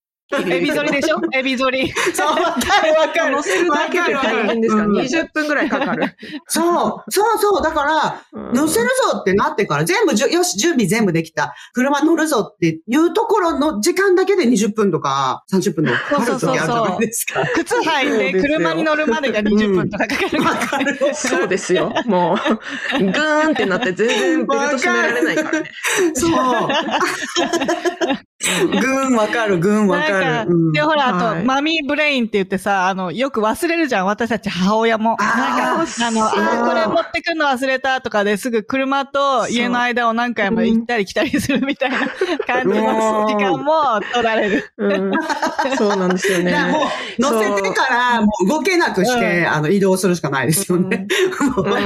Speaker 1: エビ反りでしょエビ反り。
Speaker 2: そう、わかるわかる。
Speaker 3: 乗せるだけで大変ですから、
Speaker 2: うん
Speaker 3: 20分ぐらいかかる。
Speaker 2: そう、そうそう。だから、
Speaker 3: うん
Speaker 2: 乗せるぞってなってから、全部じゅ、よし、準備全部できた。車乗るぞっていうところの時間だけで20分とか30分とかかかる時あるじゃないですか。
Speaker 1: 靴履いて車に乗るまでが20分とかかかるから。
Speaker 2: わかる
Speaker 3: そうですよ。もう、ぐーんってなって全然ベルト締められないからね。
Speaker 2: (laughs) そう。軍わかる、軍わ
Speaker 1: な
Speaker 2: か
Speaker 1: んか、
Speaker 2: る。うん
Speaker 1: で、ほら、あと、
Speaker 3: はい
Speaker 1: マミーブレインって言ってさ、あの、よく忘れるじゃん、私たち母親も。
Speaker 2: あー
Speaker 1: なんか、あの、あ
Speaker 2: そう
Speaker 1: ーこれ持ってくんの忘れたとかですぐ車と家の間を何回も行ったり来たりするみたいな感じの時間も取られる。
Speaker 3: うん、そうなんですよね (laughs)
Speaker 2: だから。もう乗せてからもう動けなくして、あの移動するしかないですよね。もうもう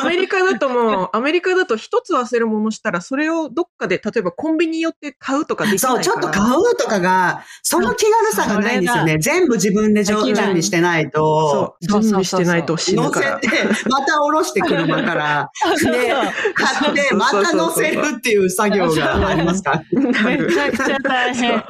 Speaker 3: アメリカだともう、アメリカだと一つ忘れ物したら、それをどっかで、例えばコンビニ寄って買うとかできないか
Speaker 2: (laughs) そ
Speaker 3: ら。
Speaker 2: う、ちょっと買うとかが、その気軽さがないんですよね。全部自分でじょ
Speaker 1: でき
Speaker 2: 準
Speaker 1: ない
Speaker 2: 備してないと
Speaker 3: そ。う、準備してないと死
Speaker 2: 乗
Speaker 3: ぬ
Speaker 2: せ
Speaker 3: から。
Speaker 2: て、また下ろして車から、 (laughs) で、買って、また乗せるっていう作業がありますから。
Speaker 1: めちゃくちゃ大変。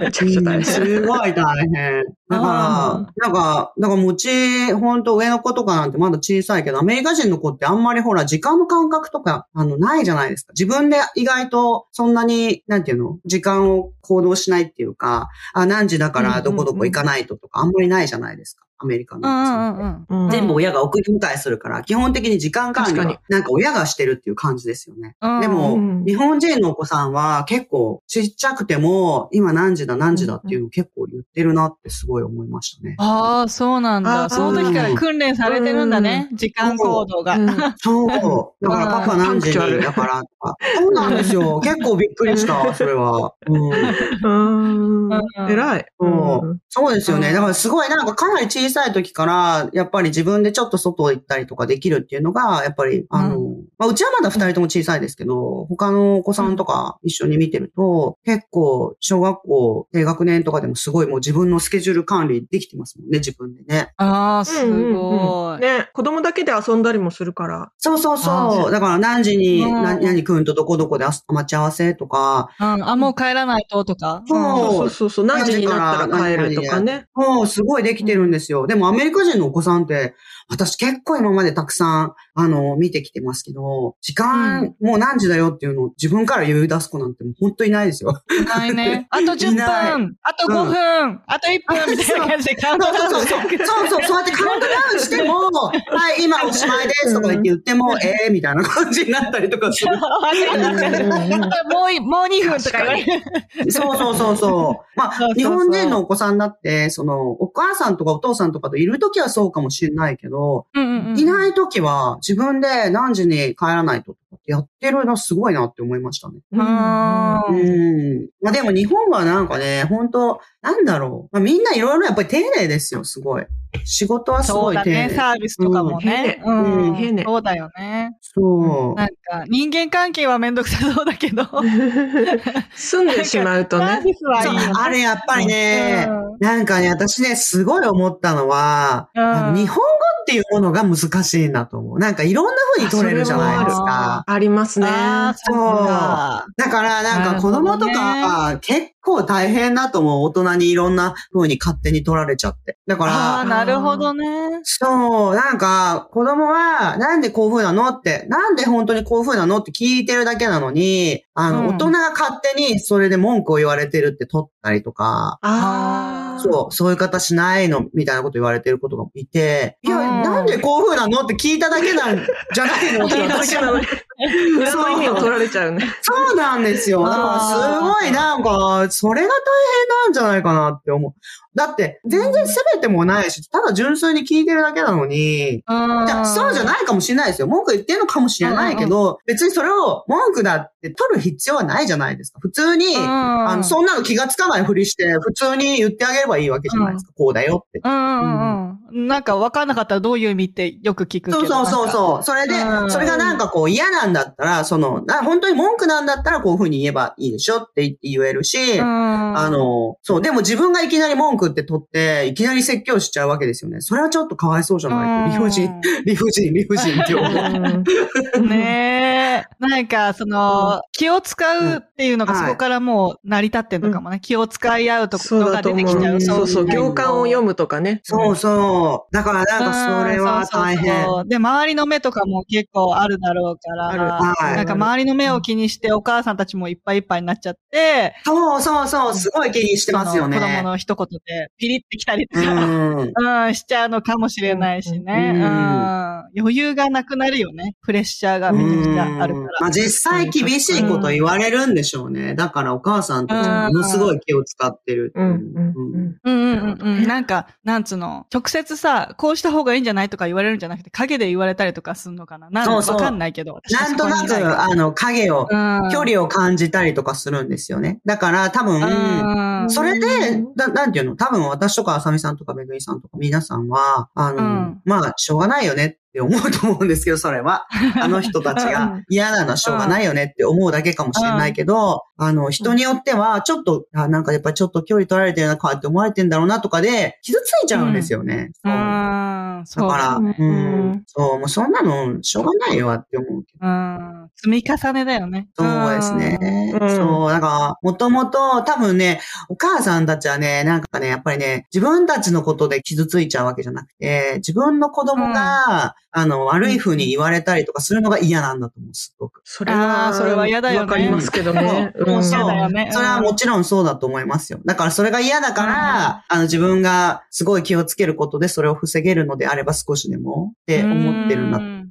Speaker 3: めちゃくちゃ大変。
Speaker 2: すごい大変。だから、なんか、なんか餅、ほんと上の子とかなんてまだ小さいけど、アメリカ人の子ってあんまりほら、時間の感覚とか、あの、ないじゃないですか。自分で意外と、そんなに、なんていうの時間を行動しないっていうか、あ、何時だからどこどこ行かないととか、あんまりないじゃないですか。アメリカの
Speaker 1: う
Speaker 2: 人って。
Speaker 1: んうんうん。
Speaker 3: うん
Speaker 2: 全部親が送り迎えするから、基本的に時間管理
Speaker 3: 確
Speaker 2: は
Speaker 3: か、
Speaker 2: なんか親がしてるっていう感じですよね。
Speaker 1: うん
Speaker 2: で
Speaker 3: う
Speaker 2: も
Speaker 3: ん、
Speaker 2: 日本人のお子さんは結構ちっちゃくても、今何時だ何時だっていうの結構言ってるなってすごい思いましたね。
Speaker 1: ああ、そうなんだ。
Speaker 3: あー
Speaker 1: その時から訓練されてるんだね。時間行動が。
Speaker 3: うん
Speaker 2: そう。だから
Speaker 1: あー
Speaker 2: パパ何時
Speaker 3: パンクチュア
Speaker 2: に
Speaker 3: ル
Speaker 2: だからとか。そうなんですよ。結構びっくりした、それは。うん。
Speaker 3: うん偉い。
Speaker 2: そう。そうですよ
Speaker 1: う
Speaker 2: ね。
Speaker 1: ん
Speaker 2: だからすごい、なんかかなり小さい時から、やっぱり自分でちょっと外行ったりとかできるっていうのが、やっぱり、あの、まあ、うちはまだ二人とも小さいですけど、他のお子さんとか一緒に見てると、結構、小学校低学年とかでもすごいもう自分のスケジュール管理できてますもんね、自分でね。
Speaker 1: ああ、す
Speaker 3: うんうん
Speaker 1: ご
Speaker 3: うん
Speaker 1: い。
Speaker 3: ね、子供だけで遊んだりもするから。
Speaker 2: そうそう
Speaker 1: あ
Speaker 2: そう。だから何時に、
Speaker 1: うん
Speaker 2: 何々くんとどこどこであす待ち合わせとか、
Speaker 1: うんあ、もう帰らないととか。
Speaker 2: そう
Speaker 1: うん
Speaker 3: そうそうそう。何時になったら帰るとかね。
Speaker 2: もうすごいできてるんですよ。でもアメリカ人のお子さんって、私結構今までたくさん、あの、見てきてますけど、時間、もう何時だよっていうのを自分から言い出す子なんてもう本当いないです (laughs) よ。
Speaker 1: いないね。あと10
Speaker 2: いない
Speaker 1: 分、あと5分、あと1分みたいな感じでカウント
Speaker 2: そう
Speaker 1: ダウ
Speaker 2: そ
Speaker 1: ン
Speaker 2: うそう。そうそう、そうやってカウントダウンしても、 (laughs) はい、今おしまいですとか言って言っても、ええー、みたいな感じになったり (laughs) とかする。
Speaker 1: もうい、もう2分とか言われる。
Speaker 2: そうそうそうそう。ま
Speaker 1: そうそうそ
Speaker 2: あ
Speaker 1: う、。
Speaker 2: 日本人のお子さんだって、その、お母さんとかお父さんとかといるときはそうかもしれないけど、いないいときは自分で何時に帰らないととかってやってるのすごいなって思いましたね。
Speaker 1: あ
Speaker 2: う
Speaker 1: ー
Speaker 2: ん。まあでも日本はなんかね、本当なんだろう。まあみんないろいろやっぱり丁寧ですよ、すごい。仕事はす
Speaker 1: そ
Speaker 2: ご
Speaker 1: う
Speaker 2: い
Speaker 1: だ
Speaker 2: 丁寧。
Speaker 1: ね。サービスとかもね。
Speaker 3: うん
Speaker 2: へね
Speaker 1: う
Speaker 2: うんん
Speaker 3: へね
Speaker 1: そうだよね。
Speaker 2: そう
Speaker 1: なんか、人間関係はめんどくさそうだけど、サ
Speaker 3: 住んでしまうと
Speaker 1: ー
Speaker 3: ね。
Speaker 1: ビスはいい
Speaker 2: そう
Speaker 1: よね。
Speaker 2: あれやっぱりね、
Speaker 1: うん
Speaker 2: なんかね、私ね、すごい思ったのは、
Speaker 1: うん
Speaker 2: あの日本語っていうものが難しいなと思う。なんかいろんな風に取れるじゃないですか。
Speaker 3: ありますね。
Speaker 1: あーそうか
Speaker 2: だから、なんか子供とか、結構大変だと思う。大人にいろんな風に勝手に取られちゃって。だか
Speaker 1: あ
Speaker 2: ら、
Speaker 1: ー、なるほどね。
Speaker 2: そう、なんか、子供は、なんでこういう風なのって、なんで本当にこういう風なのって聞いてるだけなのに、あの、
Speaker 1: うん
Speaker 2: 大人が勝手にそれで文句を言われてるって取ったりとか、
Speaker 3: ああ。
Speaker 2: そう、そういう方しないの、みたいなこと言われてることがいて、いや、
Speaker 1: うん
Speaker 2: なんでこういう風なのって聞いただけなんじゃないのって私は
Speaker 3: 裏の意味を取られちゃうね。
Speaker 2: そうなんですよ。だからすごいなんか、それが大変なんじゃないかなって思う。だって、全然責めてもないし、ただ純粋に聞いてるだけなのに、
Speaker 1: うん
Speaker 2: いやそうじゃないかもしれないですよ。文句言ってるのかもしれないけど、別にそれを文句だって取る必要はないじゃないですか。普通に、
Speaker 1: うん
Speaker 2: あの、そんなの気がつかないふりして、普通に言ってあげればいいわけじゃないですか。こうだよって。
Speaker 1: うんうんうん。なんか分かんなかったらどういう意味ってよく聞くけ
Speaker 2: そ
Speaker 1: ど。
Speaker 2: うそうそう
Speaker 1: う。
Speaker 2: そう。それで
Speaker 1: う、ん
Speaker 2: それがなんかこう嫌なんだったら、その、な本当に文句なんだったらこういうふうに言えばいいでしょって言えるし、
Speaker 1: うん、
Speaker 2: あの、そう、でも自分がいきなり文句って取って、いきなり説教しちゃうわけですよね。それはちょっとかわいそうじゃない理不尽、理不尽、理不尽って思
Speaker 1: (laughs)
Speaker 2: う。
Speaker 1: うん。ねえ。なんか、その、気を使うっていうのが
Speaker 2: うん
Speaker 1: そこからもう成り立ってんのかもね。気を使い合うとこ
Speaker 3: そ
Speaker 1: ろ
Speaker 3: う
Speaker 1: が
Speaker 3: だと
Speaker 1: 出てき
Speaker 3: 思う
Speaker 1: ちゃう。。
Speaker 3: そうそう。
Speaker 1: みたいな
Speaker 3: 行間を読むとかね。
Speaker 2: そうそう。だからなんかそれは大
Speaker 1: うんそ
Speaker 2: 変
Speaker 1: う。そうそうで、周りの目とかも結構あるだろうから、
Speaker 3: ある
Speaker 2: はい
Speaker 1: なんか周りの目を気にしてお母さんたちもいっぱいいっぱいになっちゃって、
Speaker 2: そうそうそう、すごい気にしてますよ
Speaker 1: その子供
Speaker 2: ね。
Speaker 1: の一言でピリってきたりと
Speaker 2: う
Speaker 1: か、
Speaker 2: ん。
Speaker 1: うん、しちゃうのかもしれないしね。う
Speaker 2: うんん
Speaker 1: 余裕がなくなるよね。プレッシャーがめちゃくちゃあるか
Speaker 2: まあ実際厳しいこと言われるんでしょうね。だからお母さんとかものすごい気を使ってるって
Speaker 3: う
Speaker 2: い
Speaker 3: ん
Speaker 2: う。
Speaker 3: うんうん。
Speaker 1: ら。うんうんうんうん。なんか、なんつうの、直接さ、こうした方がいいんじゃないとか言われるんじゃなくて、影で言われたりとかすんのかな。なん
Speaker 2: そうそう
Speaker 1: わかんないけど。私
Speaker 2: なんとな
Speaker 1: そこにいい
Speaker 2: く、あの、影を、
Speaker 1: からうん、
Speaker 2: 距離を感じたりとかするんですよね。だから多分、
Speaker 1: うん
Speaker 2: それ
Speaker 3: う
Speaker 2: で
Speaker 3: ん、
Speaker 2: だなんていうの多分私とかあさみさんとかめぐみさんとか皆さんは、あの、
Speaker 1: うん
Speaker 2: まあ、しょうがないよねっって思うと思うんですけど、それは。あの人たち
Speaker 3: う
Speaker 2: が
Speaker 3: ん
Speaker 2: 嫌なのはしょうがないよねって思うだけかもしれないけど、あの、人によっては、ちょっと、あなんかやっぱちょっと距離取られてるな、かって思われてんだろうなとかで、傷ついちゃうんですよね。そう
Speaker 1: あーそう
Speaker 2: だから、
Speaker 3: そ
Speaker 2: う
Speaker 3: う
Speaker 2: ん
Speaker 3: うん
Speaker 2: そう、もうそんなの、しょうがないよって思うけど。
Speaker 1: うん積み重ねだよね。
Speaker 2: そうですね。
Speaker 3: うん
Speaker 2: そう、だから、もともと、多分ね、お母さんたちはね、なんかね、やっぱりね、自分たちのことで傷ついちゃうわけじゃなくて、自分の子供が、あの、悪い風に言われたりとかするのが嫌なんだと思う、すごく。
Speaker 3: そ
Speaker 1: あーそれは嫌だよね
Speaker 3: わかりますけどね。
Speaker 2: そうもうそう
Speaker 1: 嫌だよねうん
Speaker 2: それはもちろんそうだと思いますよ。だからそれが嫌だから、あの自分がすごい気をつけることでそれを防げるのであれば少しでもって思ってるんだ。
Speaker 1: うん
Speaker 2: うん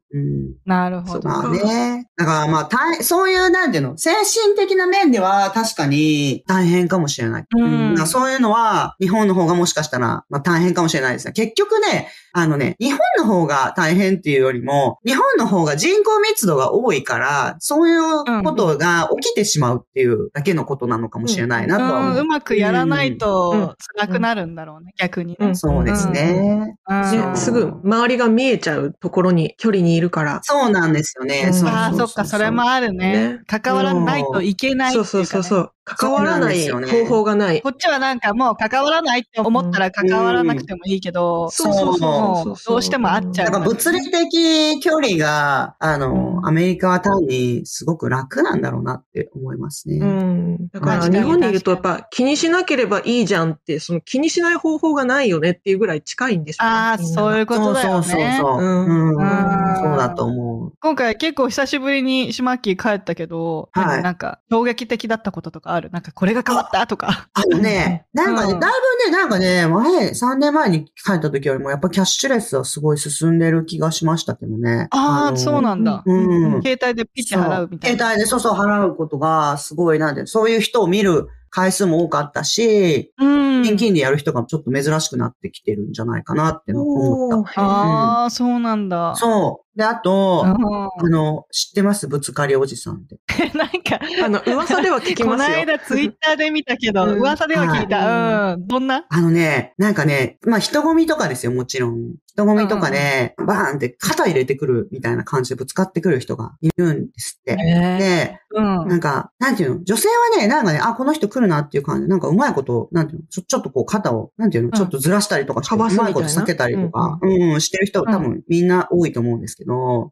Speaker 1: なるほ
Speaker 2: そう
Speaker 1: ど。
Speaker 2: まあね。だからまあ大、そういう、なんていうの、精神的な面では確かに大変かもしれない。
Speaker 1: うん
Speaker 2: だからそういうのは、日本の方がもしかしたら、まあ大変かもしれないですね。結局ね、あのね、日本の方が大変っていうよりも、日本の方が人口密度が多いから、そういうことが起きてしまうっていうだけのことなのかもしれないなとは思う。
Speaker 1: うんうまくやらないと辛くなるんだろうね、逆にね。
Speaker 2: そうですね。
Speaker 1: うん
Speaker 2: そ
Speaker 3: ね、
Speaker 2: う
Speaker 3: すぐ周りが見えちゃうところに、距離にいるから。
Speaker 2: そうなんですよね。
Speaker 3: うん
Speaker 2: そう
Speaker 1: ああ、
Speaker 2: う
Speaker 1: そうっか、それもあるね
Speaker 3: ね。
Speaker 1: 関わらないといけないってい
Speaker 3: そうう
Speaker 1: か
Speaker 3: そ
Speaker 1: ね
Speaker 3: うそうそう。関わらない
Speaker 2: そうなんですよ
Speaker 3: 方
Speaker 2: ね
Speaker 3: 法がない。
Speaker 1: こっちはなんかもう関わらないって思ったら関わらなくてもいいけど、
Speaker 2: そうそう
Speaker 1: もうどうしても会っちゃ
Speaker 2: だ
Speaker 1: う
Speaker 2: から物理的距離が、あの、
Speaker 3: うん
Speaker 2: アメリカは単にすごく楽なんだろうなって思いますね。
Speaker 3: うん。だか
Speaker 2: ま
Speaker 3: ら
Speaker 2: あ
Speaker 3: 日本にいるとやっぱ気にしなければいいじゃんって、その気にしない方法がないよねっていうぐらい近いんでしょうね
Speaker 1: ああ、
Speaker 3: みんな
Speaker 1: そういうことだよね。
Speaker 2: そうそうそうそう。
Speaker 3: うん
Speaker 2: うん
Speaker 1: うん
Speaker 2: そうだと思う。
Speaker 1: 今回結構久しぶりにシマッキー帰ったけど、
Speaker 2: はい
Speaker 1: なんか衝撃的だったこととかあるなんかこれが変わったとか。
Speaker 2: あのね、なんかね、
Speaker 1: うん
Speaker 2: だいぶね、なんかね、前、3年前に帰った時よりも、やっぱキャッシュレスはすごい進んでる気がしましたけどね。
Speaker 1: ああ、
Speaker 2: の
Speaker 1: そうなんだ。
Speaker 2: うん。
Speaker 1: 携帯でピッて払うみたい
Speaker 2: そ
Speaker 1: な。
Speaker 2: う携帯でそうそう払うことがすごいなんで、そういう人を見る回数も多かったし、
Speaker 1: うん。
Speaker 2: 現金でやる人がちょっと珍しくなってきてるんじゃないかなってのは思った。
Speaker 3: おー
Speaker 1: ああ、そうなんだ。
Speaker 2: そう。で、あと、
Speaker 1: うん。
Speaker 2: あの、知ってますぶつかりおじさんって。
Speaker 1: なんか、
Speaker 3: あの、噂では聞き
Speaker 1: (laughs) こ
Speaker 3: ま
Speaker 1: の
Speaker 3: すよ。
Speaker 1: 間ツイッターで見たけど、
Speaker 3: うん
Speaker 1: 噂では聞いた。うん。どんな
Speaker 2: あのね、なんかね、まあ人混みとかですよ、もちろん。人混みとかで、バーンって肩入れてくるみたいな感じでぶつかってくる人がいるんですって。で、
Speaker 1: うん。
Speaker 2: なんか、なんていうの女性はね、なんかね、あ、この人来るなっていう感じで、なんかうまいこと、なんていうのちょ、ちょっとこう肩を、なんていうのちょっとずらしたりとかして、
Speaker 3: か
Speaker 2: う
Speaker 3: わすみた
Speaker 2: ま
Speaker 3: い
Speaker 2: い
Speaker 3: な
Speaker 2: こと避けたりとか、うん、してる人多分みんな多いと思うんですけど、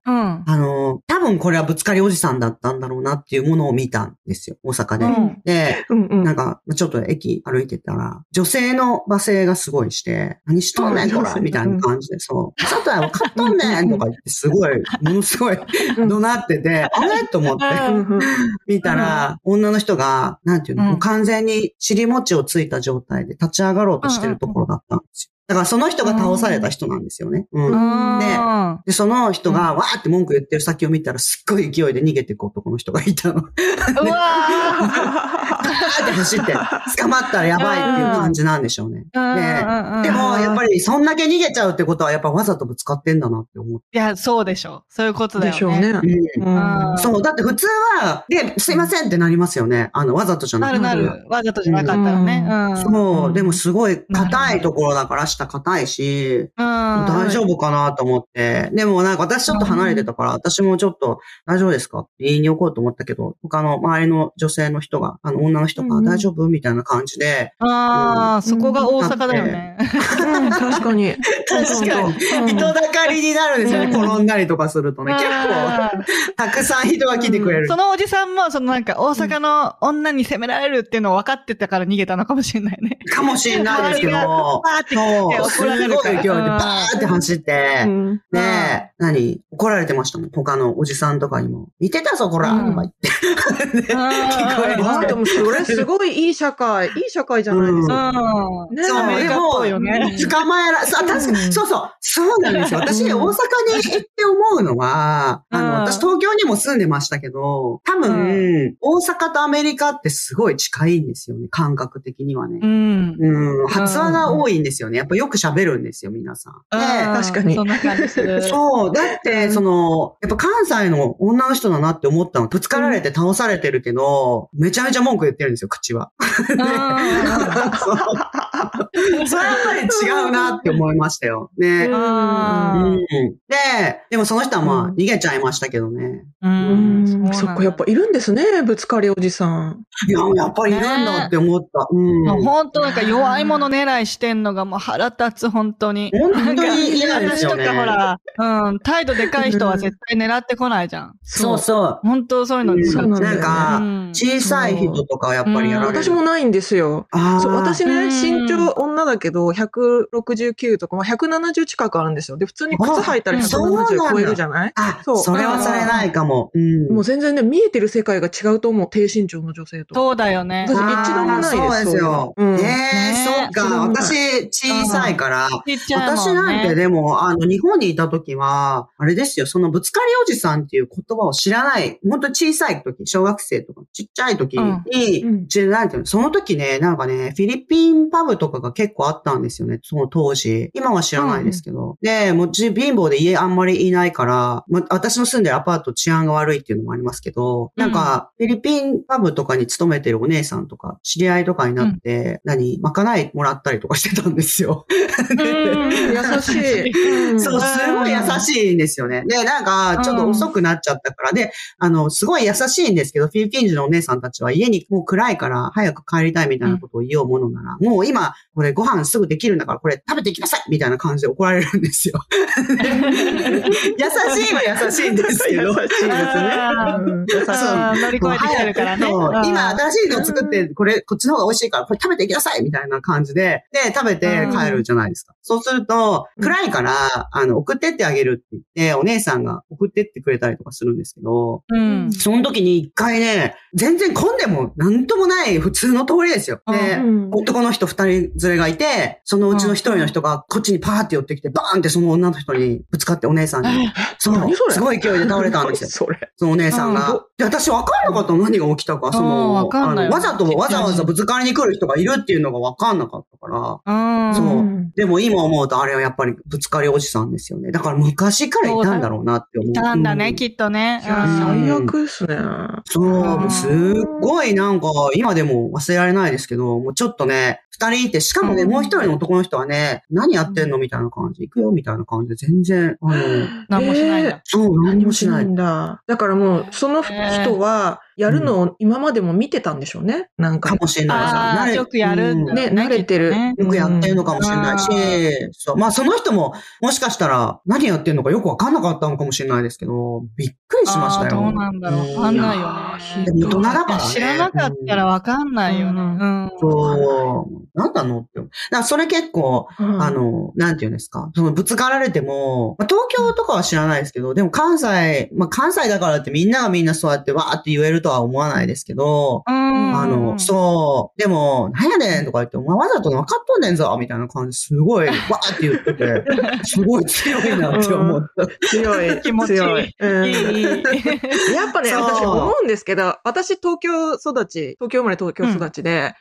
Speaker 1: うん。
Speaker 2: あの、多分これはぶつかりおじさんだったんだろうなっていうものを見たんですよ、大阪で。
Speaker 1: うん
Speaker 2: で、
Speaker 3: うんうん。
Speaker 2: なんか、ちょっと駅歩いてたら、女性の罵声がすごいして、何しとんねん、こらみたいな感じで、そう、外は買っとんねんとか言って、すごい、ものすごい、怒鳴ってて、あれと思って、
Speaker 3: うんうん
Speaker 2: 見たら、女の人が、なんていうの、
Speaker 1: うん
Speaker 2: もう完全に尻餅をついた状態で立ち上がろうとしてるところだったんですよ。だからその人が倒された人なんですよね。うん。
Speaker 1: あ
Speaker 2: で、その人が、わーって文句言ってる先を見たら、すっごい勢いで逃げていく男の人がいたの。 (laughs)
Speaker 1: ーうわ
Speaker 2: って走って、捕まったらやばいっていう感じなんでしょうね。
Speaker 1: ーうんうんうんうん
Speaker 2: でも、やっぱり、そんだけ逃げちゃうってことは、やっぱわざとぶつかってんだなって思って。
Speaker 1: いや、そうでしょ。そういうことだ
Speaker 3: でしょ
Speaker 1: よ
Speaker 3: う
Speaker 1: ね。
Speaker 3: ね。
Speaker 2: うん
Speaker 1: うん
Speaker 2: そう、だって普通は、で、すいませんってなりますよね。あの、わざとじゃな
Speaker 1: な
Speaker 2: くて。
Speaker 1: るなる。わざとじゃなかったらね。
Speaker 3: う
Speaker 1: うん。
Speaker 2: そうう、
Speaker 3: ん
Speaker 2: でもすごい硬いところだから、下硬いし、
Speaker 1: うん
Speaker 2: 大丈夫かなと思って。でもなんか私ちょっと離れてたから、私もちょっと大丈夫ですかって言いに行こうと思ったけど、他の周りの女性の人が、あの女の人
Speaker 3: う
Speaker 2: が
Speaker 3: ん
Speaker 2: 大丈夫みたいな感じで、
Speaker 1: ああ、そこが大阪だよね。
Speaker 3: うん、確かに。
Speaker 2: 確かに
Speaker 3: うん
Speaker 2: 人だかりになるんですよね。
Speaker 3: うん
Speaker 2: 転んだりとかするとね。結構、
Speaker 1: 構。
Speaker 2: たくさん人が来てくれる
Speaker 1: そ。のおじさんも、そのなんか大阪の女に責められるっていうのを分かってたから逃げたのかもしれないね。
Speaker 2: かもしれないです
Speaker 1: 周
Speaker 2: け
Speaker 1: りが
Speaker 2: ど。
Speaker 1: バーって
Speaker 2: そう、す
Speaker 1: 怒
Speaker 2: ご
Speaker 1: ら
Speaker 2: い勢
Speaker 1: れ
Speaker 2: い
Speaker 1: るから
Speaker 2: でバーって走って
Speaker 3: う、ん
Speaker 2: ね
Speaker 1: うん
Speaker 2: え、何怒られてましたもん。他のおじさんとかにも。見てたぞ、こら、
Speaker 1: うん
Speaker 2: とか言って。
Speaker 1: 聞
Speaker 2: こえる
Speaker 3: あーでもそれすごいいい社会、いい社会じゃないですか。
Speaker 1: うん。
Speaker 3: ね
Speaker 2: そう
Speaker 1: アメリカっぽいよね。
Speaker 2: 捕まえら、さ、確か
Speaker 3: うん
Speaker 2: に、そうそう、そうなんですよ。私、
Speaker 3: うん
Speaker 2: 大阪に行って思うのは、
Speaker 1: う
Speaker 2: あ
Speaker 1: ん
Speaker 2: の、私、東京にも住んでましたけど、多分、大阪とアメリカってすごい近いんですよね、感覚的にはね。
Speaker 1: うん。
Speaker 2: うん、発話が多いんですよね。やっぱよく喋るんですよ、皆さん。
Speaker 1: うん
Speaker 2: で
Speaker 3: 確かに
Speaker 1: そんな感じする。
Speaker 2: そう、だって、その、やっぱ関西の女の人だなって思ったの、ぶつかられて倒さ (laughs) れてるけど、めちゃめちゃ文句言ってるんですよ、口は。
Speaker 1: うん。
Speaker 2: そうそれはやっぱり違うなって思いましたよ。ね。
Speaker 1: あー
Speaker 2: で、でもその人はまあ
Speaker 3: うん
Speaker 2: 逃げちゃいましたけどね。
Speaker 1: う
Speaker 3: うん
Speaker 1: んうなんだ
Speaker 3: そっか、やっぱいるんですね、ぶつかりおじさん。
Speaker 2: いや、やっぱりいるんだって思った。うん。
Speaker 1: もう
Speaker 2: 本
Speaker 1: 本当なんか弱いもの狙いしてんのがもう腹立つ、本当に。
Speaker 2: 当に嫌ですよね。
Speaker 1: なんか私とかほら、うん、態度でかい人は絶対狙ってこないじゃん。
Speaker 2: そうそう。
Speaker 1: 本当そういうのに。
Speaker 3: そうなんだよ
Speaker 2: な
Speaker 3: ね
Speaker 2: んか
Speaker 1: うん
Speaker 2: 小さい人とかはやっぱりやられる。
Speaker 3: 私もないんですよ。
Speaker 2: あー
Speaker 3: そう私ね、
Speaker 1: うん
Speaker 3: 身長女だけど、169とか、まあ、170近くあるんですよ。で、普通に靴履いたら
Speaker 1: あ
Speaker 2: そうなんだ
Speaker 3: 170超えるじゃない
Speaker 2: あ、
Speaker 3: そ
Speaker 2: そうれはされないかも。うん。
Speaker 3: もう全然ね、見えてる世界が違うと思う、低身長の女性と。
Speaker 1: そうだよね
Speaker 3: 私。
Speaker 2: あー
Speaker 3: 一度もないです
Speaker 2: そうですよ。
Speaker 3: そういうのうん
Speaker 2: ね
Speaker 1: ね
Speaker 2: え、そっ
Speaker 3: 一度
Speaker 2: か。
Speaker 3: もない
Speaker 2: 私、小さいから。
Speaker 1: ちっちゃいも
Speaker 2: 私
Speaker 1: んね。
Speaker 2: なんてでも、あの、日本にいた時は、あれですよ、そのぶつかりおじさんっていう言葉を知らない、本当に小さい時、小学生とか、ちっちゃい時
Speaker 3: うんうん
Speaker 2: に知らないっていうのその時ね、なんかね、フィリピンパブとかが結構あったんですよね、その当時。今は知らないですけど。で、もうじ貧乏で家あんまりいないから、まあ、私の住んでるアパート治安が悪いっていうのもありますけど、なんか、フィリピンパブとかに勤めてるお姉さんとか、知り合いとかになって、何、まかないもらったりとかしてたんですよ。
Speaker 3: うん優しい。うん
Speaker 2: そう、すごい優しいんですよね。で、なんか、ちょっと遅くなっちゃったから、で、あの、すごい優しいんですけど、フィリピン人のお姉さんたちは家にもう暗いから早く帰りたいみたいなことを言おうものなら、もう今、これご飯すぐできるんだから、これ食べていきなさいみたいな感じで怒られるんです
Speaker 3: (laughs)
Speaker 2: よ。優しいは優しいんですけど。
Speaker 3: 優しいですね。うん優しい
Speaker 1: うん乗り越えてきてるからね。
Speaker 2: そう
Speaker 1: うん
Speaker 2: 今、新しいの作って、これ、こっちの方が美味しいから、これ食べていきなさいみたいな感じで、で、食べて帰るじゃないですか。そうすると、暗いから、あの、送ってってあげるって言って、お姉さんが送ってってくれたりとかするんですけど、
Speaker 1: うん。
Speaker 2: その時に一回ね、全然混んでもなんともない普通の通りですよ。で、
Speaker 3: うん
Speaker 2: 男の人二人連れがいて、そのうちの一人の人がこっちにパーって寄ってきて、バーンってその女の人にぶつかってお姉さんに、そう
Speaker 3: 何そ、れ
Speaker 2: すごい勢いで倒れたんですよ。
Speaker 3: それ。
Speaker 2: そのお姉さん
Speaker 3: うん
Speaker 2: が。で、私分かんなかったの何が起きたか、そ
Speaker 1: うん
Speaker 2: の
Speaker 1: わ、かんない
Speaker 2: あのわざと、わざわざぶつかりに来る人がいるっていうのが分かんなかったから。
Speaker 1: うん。
Speaker 2: そう
Speaker 3: うん
Speaker 2: でも今思うとあれはやっぱりぶつかりおじさんですよね。だから昔からいたんだろうなって思う。
Speaker 1: いたんだ
Speaker 2: う
Speaker 1: ね、きっとね。
Speaker 3: いや、
Speaker 1: うん
Speaker 3: 最悪ですね。
Speaker 2: そう、
Speaker 1: うん
Speaker 2: すっごいなんか、今でも忘れられないですけど、もうちょっとね、二人いて、しかもね、
Speaker 3: うん
Speaker 2: もう一人の男の人はね、何やってんのみたいな感じ、行くよみたいな感じで、全然、あの、
Speaker 1: 何もしないんだ。
Speaker 2: そう、何もしない。
Speaker 3: んだ。だからもう、その人は、やるのを今までも見てたんでしょうね。なんか
Speaker 2: か。もしれ
Speaker 1: あ
Speaker 2: ない
Speaker 1: ー
Speaker 2: です。
Speaker 1: よくやるんだ
Speaker 2: う
Speaker 3: ね、慣れてる。
Speaker 1: ね
Speaker 2: よくやってるのかもしれない
Speaker 1: うん
Speaker 2: し、そう。まあその人も、もしかしたら何やってるのかよくわかんなかったのかもしれないですけど、びっくりしました
Speaker 1: あーどう
Speaker 2: よ。
Speaker 1: なんだろう。わかんないよ
Speaker 2: で
Speaker 1: ね。
Speaker 2: も大人だから、ね。
Speaker 1: 知らなかったらわかんないよね。
Speaker 3: う
Speaker 1: うん。
Speaker 2: そう。なんなのって。だからそれ結構、
Speaker 3: うん
Speaker 2: あ、の、なんていうんですか。そのぶつかられても、まあ、東京とかは知らないですけど、でも関西、まあ関西だからってみんながみんなそうやってわーって言えるとは思わないですけど、
Speaker 1: うん
Speaker 2: あの、そう、でも、なんやねんとか言って、お前わざと分かっとんねんぞみたいな感じ、すごい、わーって言って (laughs) て、すごい強いなって思った。
Speaker 3: 強い。
Speaker 1: 気持ちいい
Speaker 3: 強うん
Speaker 1: いい
Speaker 2: (laughs)
Speaker 1: いい。
Speaker 3: やっぱね、
Speaker 2: そう
Speaker 3: 私思うんですけど、私東京育ち、東京生まれ東京育ちで、
Speaker 2: うんはい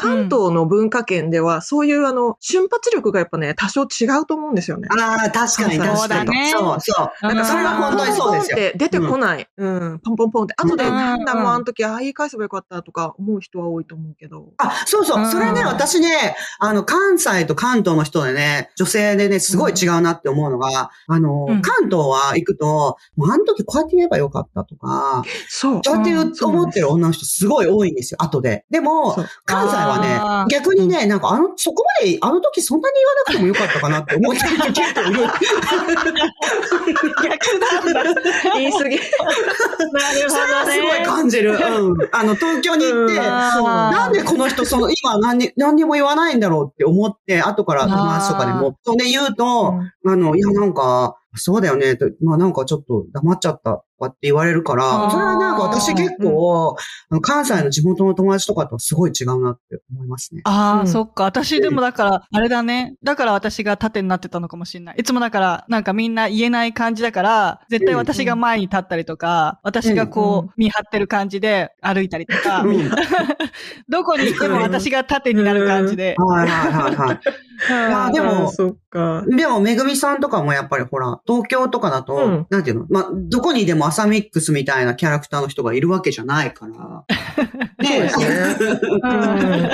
Speaker 3: 関東の文化圏では、そういうあの、瞬発力がやっぱね、多少違うと思うんですよね。
Speaker 2: ああ、確かに、
Speaker 1: そう
Speaker 2: 確
Speaker 1: だ
Speaker 2: か
Speaker 1: ね
Speaker 2: に。そう、そう。
Speaker 1: なんか
Speaker 2: それは本当にそうですよ
Speaker 3: ポンポンって出てこない。うん、ポンポンポンって。後で、
Speaker 1: うん
Speaker 3: なんだもうあの時、ああ言い返せばよかったとか思う人は多いと思うけど。
Speaker 2: あ、そうそうう。
Speaker 1: ん
Speaker 2: それね、私ね、あの、関西と関東の人でね、女性でね、すごい違うなって思うのが、あの、
Speaker 1: うん
Speaker 2: 関東は行くと、もうあの時こうやって言えばよかったとか、
Speaker 3: そう。
Speaker 2: そうやって言う
Speaker 3: そう
Speaker 2: 思ってる女の人すごい多いんですよ、後で。でも
Speaker 3: そう、
Speaker 2: 関西
Speaker 1: あ
Speaker 2: は
Speaker 1: ー
Speaker 2: ね、逆にね、なんかあの、そこまで、あの時そんなに言わなくてもよかったかなって思ってる人結構いる。(laughs)
Speaker 3: 言い過ぎ。
Speaker 1: なるほ
Speaker 2: それ
Speaker 1: ど
Speaker 2: は
Speaker 1: ね。
Speaker 2: すごい感じる。うん。あの、東京に行って、
Speaker 3: うん
Speaker 2: そうなんでこの人、その、今何に、何にも言わないんだろうって思って、後から友達とかでも、それで言うと、あの、いや、なんか、そうだよね、とまあなんかちょっと黙っちゃったとかって言われるから
Speaker 1: あー、
Speaker 2: それはなんか私結構、あの関西の地元の友達とかとはすごい違うなって思いますね。
Speaker 1: あ
Speaker 3: う
Speaker 1: あ、
Speaker 3: ん
Speaker 1: そっか。私でもだから、あれだね。だから私が盾になってたのかもしれない。いつもだから、なんかみんな言えない感じだから、絶対私が前に立ったりとか、私が
Speaker 3: う
Speaker 1: こう、
Speaker 3: ん
Speaker 1: 見張ってる感じで歩いたりとか、
Speaker 2: うん
Speaker 1: どこに行っても私が盾になる感じで。
Speaker 2: はいはいはいはい。 (laughs)
Speaker 1: うん
Speaker 2: あでも
Speaker 3: あそっか。
Speaker 2: でも、めぐみさんとかもやっぱりほら、東京とかだと、
Speaker 3: うん
Speaker 2: なんていうのまあ、どこにでもアサミックスみたいなキャラクターの人がいるわけじゃない
Speaker 3: (laughs)
Speaker 2: から。
Speaker 3: そうですね。
Speaker 1: うん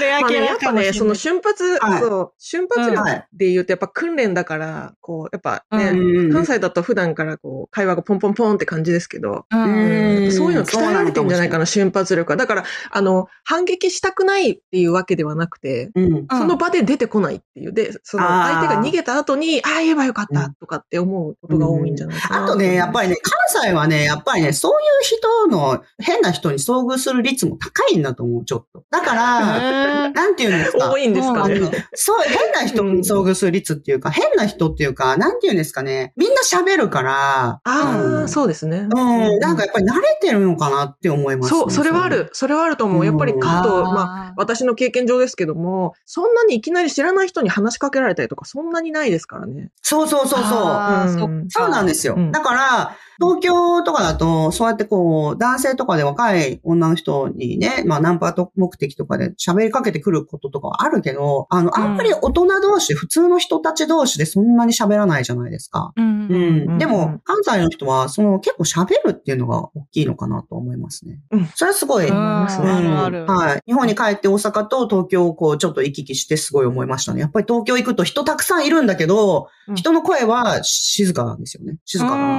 Speaker 1: レア明
Speaker 3: まあ
Speaker 1: け
Speaker 3: ねや
Speaker 1: な
Speaker 3: っ
Speaker 1: いか
Speaker 3: ぱ
Speaker 1: もしれ
Speaker 3: ね、
Speaker 1: ない
Speaker 3: その瞬発、
Speaker 2: はい
Speaker 3: そう、瞬
Speaker 2: (laughs)
Speaker 3: 発
Speaker 2: うんは
Speaker 3: 力
Speaker 2: い
Speaker 3: で言うとやっぱ訓練だから、こう、やっぱね、
Speaker 1: うん
Speaker 2: うん
Speaker 3: 関西だと普段からこう、会話がポンポンポンって感じですけど、
Speaker 1: うん
Speaker 2: うん
Speaker 3: そういうの鍛えられてるんじゃないかな、瞬発力は。だから、あの、反撃したくないっていうわけではなくて、
Speaker 2: うん。
Speaker 1: うん
Speaker 3: その場で出てこないっていう。で、その
Speaker 2: あー
Speaker 3: 相手が逃げた後に、ああ、言えばよかった
Speaker 2: うん
Speaker 3: とかって思うことが多いんじゃないかな。
Speaker 2: あとね、やっぱりね、関西はね、やっぱりね、そういう人の、変な人に遭遇する率も高いんだと思う、ちょっと。だから、
Speaker 1: へー
Speaker 2: なんていうんですか
Speaker 3: 多。いんですか
Speaker 2: あ
Speaker 3: ね。
Speaker 2: のそう、変な人に遭遇する率っていうか、変な人っていうか、なんていうんですかね、みんな喋るから、
Speaker 3: あ
Speaker 2: う
Speaker 3: あ、
Speaker 2: ん
Speaker 3: そうですね。
Speaker 2: うん、なんかやっぱり慣れてるのかなって思います、
Speaker 3: そう、それはあ。る。それはあると思う。やっぱり関東、
Speaker 1: うん
Speaker 3: まあ、私の経験上ですけども、そんなにいきなり知らない人に話しかけられたりとか、そんなにないですからね。
Speaker 2: そうそうそうそう。
Speaker 1: あー
Speaker 3: うん
Speaker 1: そっか
Speaker 2: そうなんですよ。
Speaker 3: うん
Speaker 2: だから、東京とかだと、そうやってこう、男性とかで若い女の人にね、まあナンパと目的とかで喋りかけてくることとかはあるけど、あの、
Speaker 1: うん
Speaker 2: あんまり大人同士、普通の人たち同士でそんなに喋らないじゃないですか。
Speaker 1: うん
Speaker 2: うん。で
Speaker 3: う
Speaker 2: も
Speaker 3: ん、
Speaker 2: 関西の人は、その結構喋るっていうのが大きいのかなと思いますね。
Speaker 3: うん
Speaker 2: それはすごい。
Speaker 1: うん
Speaker 2: うん
Speaker 1: あるある。
Speaker 2: はい。日本に帰って大阪と東京をこうちょっと行き来してすごい思いましたね。やっぱり東京行くと人たくさんいるんだけど、
Speaker 3: うん
Speaker 2: 人の声は静かなんですよね。静かだ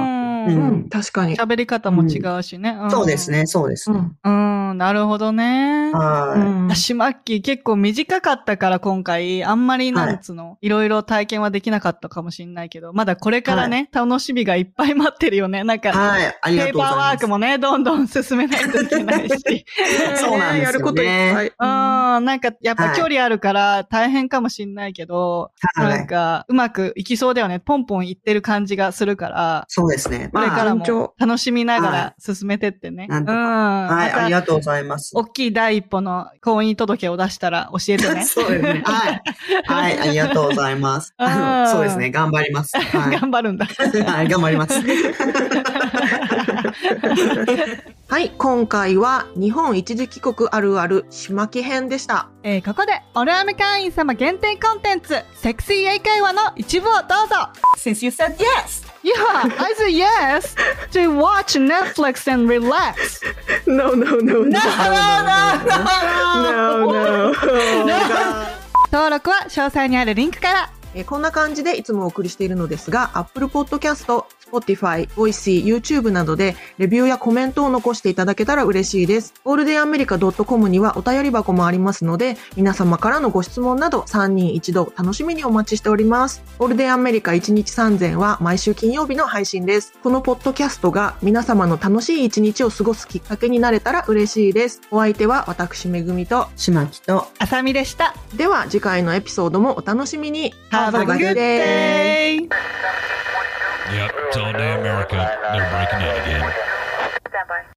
Speaker 1: う
Speaker 2: なって。うんん
Speaker 3: 確かに。
Speaker 1: 喋り方も違うしね。ん
Speaker 2: そうです。ね、そうですね。
Speaker 3: うん
Speaker 1: うん、なるほどね。
Speaker 2: は
Speaker 3: うん
Speaker 1: 私、マッキー結構短かったから今回、あんまりなんつうの、いろいろ体験はできなかったかもしれないけど、まだこれからね、楽しみがいっぱい待ってるよね。なん
Speaker 2: い。
Speaker 1: か、
Speaker 2: はい。ありが
Speaker 1: ペ
Speaker 2: とう
Speaker 1: ーパ
Speaker 2: ござ
Speaker 1: ーワ
Speaker 2: いま
Speaker 1: ー
Speaker 2: す
Speaker 1: ク。もね、どんどん進めないといけない
Speaker 2: (laughs)
Speaker 1: し。
Speaker 2: そうなんですよね
Speaker 3: やることいっぱい。
Speaker 1: うん、なんかやっぱ
Speaker 2: はい
Speaker 1: 距離あるから大変かもしんないけど、
Speaker 2: はい
Speaker 1: なんかうまくいきそうだよね。ポンポンいってる感じがするから、
Speaker 2: そうですね。
Speaker 1: これか
Speaker 2: まあ、
Speaker 1: ら
Speaker 3: 順調
Speaker 1: も楽しみながら進めてってね。
Speaker 2: なんと
Speaker 1: うん。
Speaker 2: はい、あ
Speaker 1: ま
Speaker 2: り
Speaker 1: た
Speaker 2: がとうございます。
Speaker 1: 大きい第一歩の婚姻届を出したら教えてね。
Speaker 2: (laughs) そうですね。はい。はい、ありがとうございます。
Speaker 1: うん
Speaker 2: あのそうですね、頑張ります。はい。
Speaker 1: 頑張るんだ。
Speaker 2: (laughs) はい、頑張ります。
Speaker 3: はい、今回は日本一時帰国あるある島木編でした。
Speaker 1: (laughs) えーここで、オルアメ会員様限定コンテンツ、セクシー英会話の一部をどうぞ
Speaker 6: Since you said yes!
Speaker 1: !Yeah, I say yes to watch Netflix and
Speaker 2: (laughs)
Speaker 1: relax!
Speaker 3: No, no, no, no, no,
Speaker 6: (laughs)
Speaker 3: no, no,
Speaker 1: 登録は詳細にあるリンクから
Speaker 3: えーこんな感じでいつもお送りしているのですが、Apple Podcast、Spotify、Voicy、YouTube などでレビューやコメントを残していただけたら嬉しいです。ゴールデンアメリカ .com にはお便り箱もありますので、皆様からのご質問など3人一度楽しみにお待ちしております。ゴールデンアメリカ1日3000は毎週金曜日の配信です。このポッドキャストが皆様の楽しい一日を過ごすきっかけになれたら嬉しいです。お相手は私めぐみと、
Speaker 2: しま
Speaker 1: (laughs)
Speaker 2: き (laughs) と、
Speaker 1: あさみでした。
Speaker 3: では次回のエピソードもお楽しみに。
Speaker 1: Have a good day!
Speaker 4: Yep, it's all day America. They're breaking out again.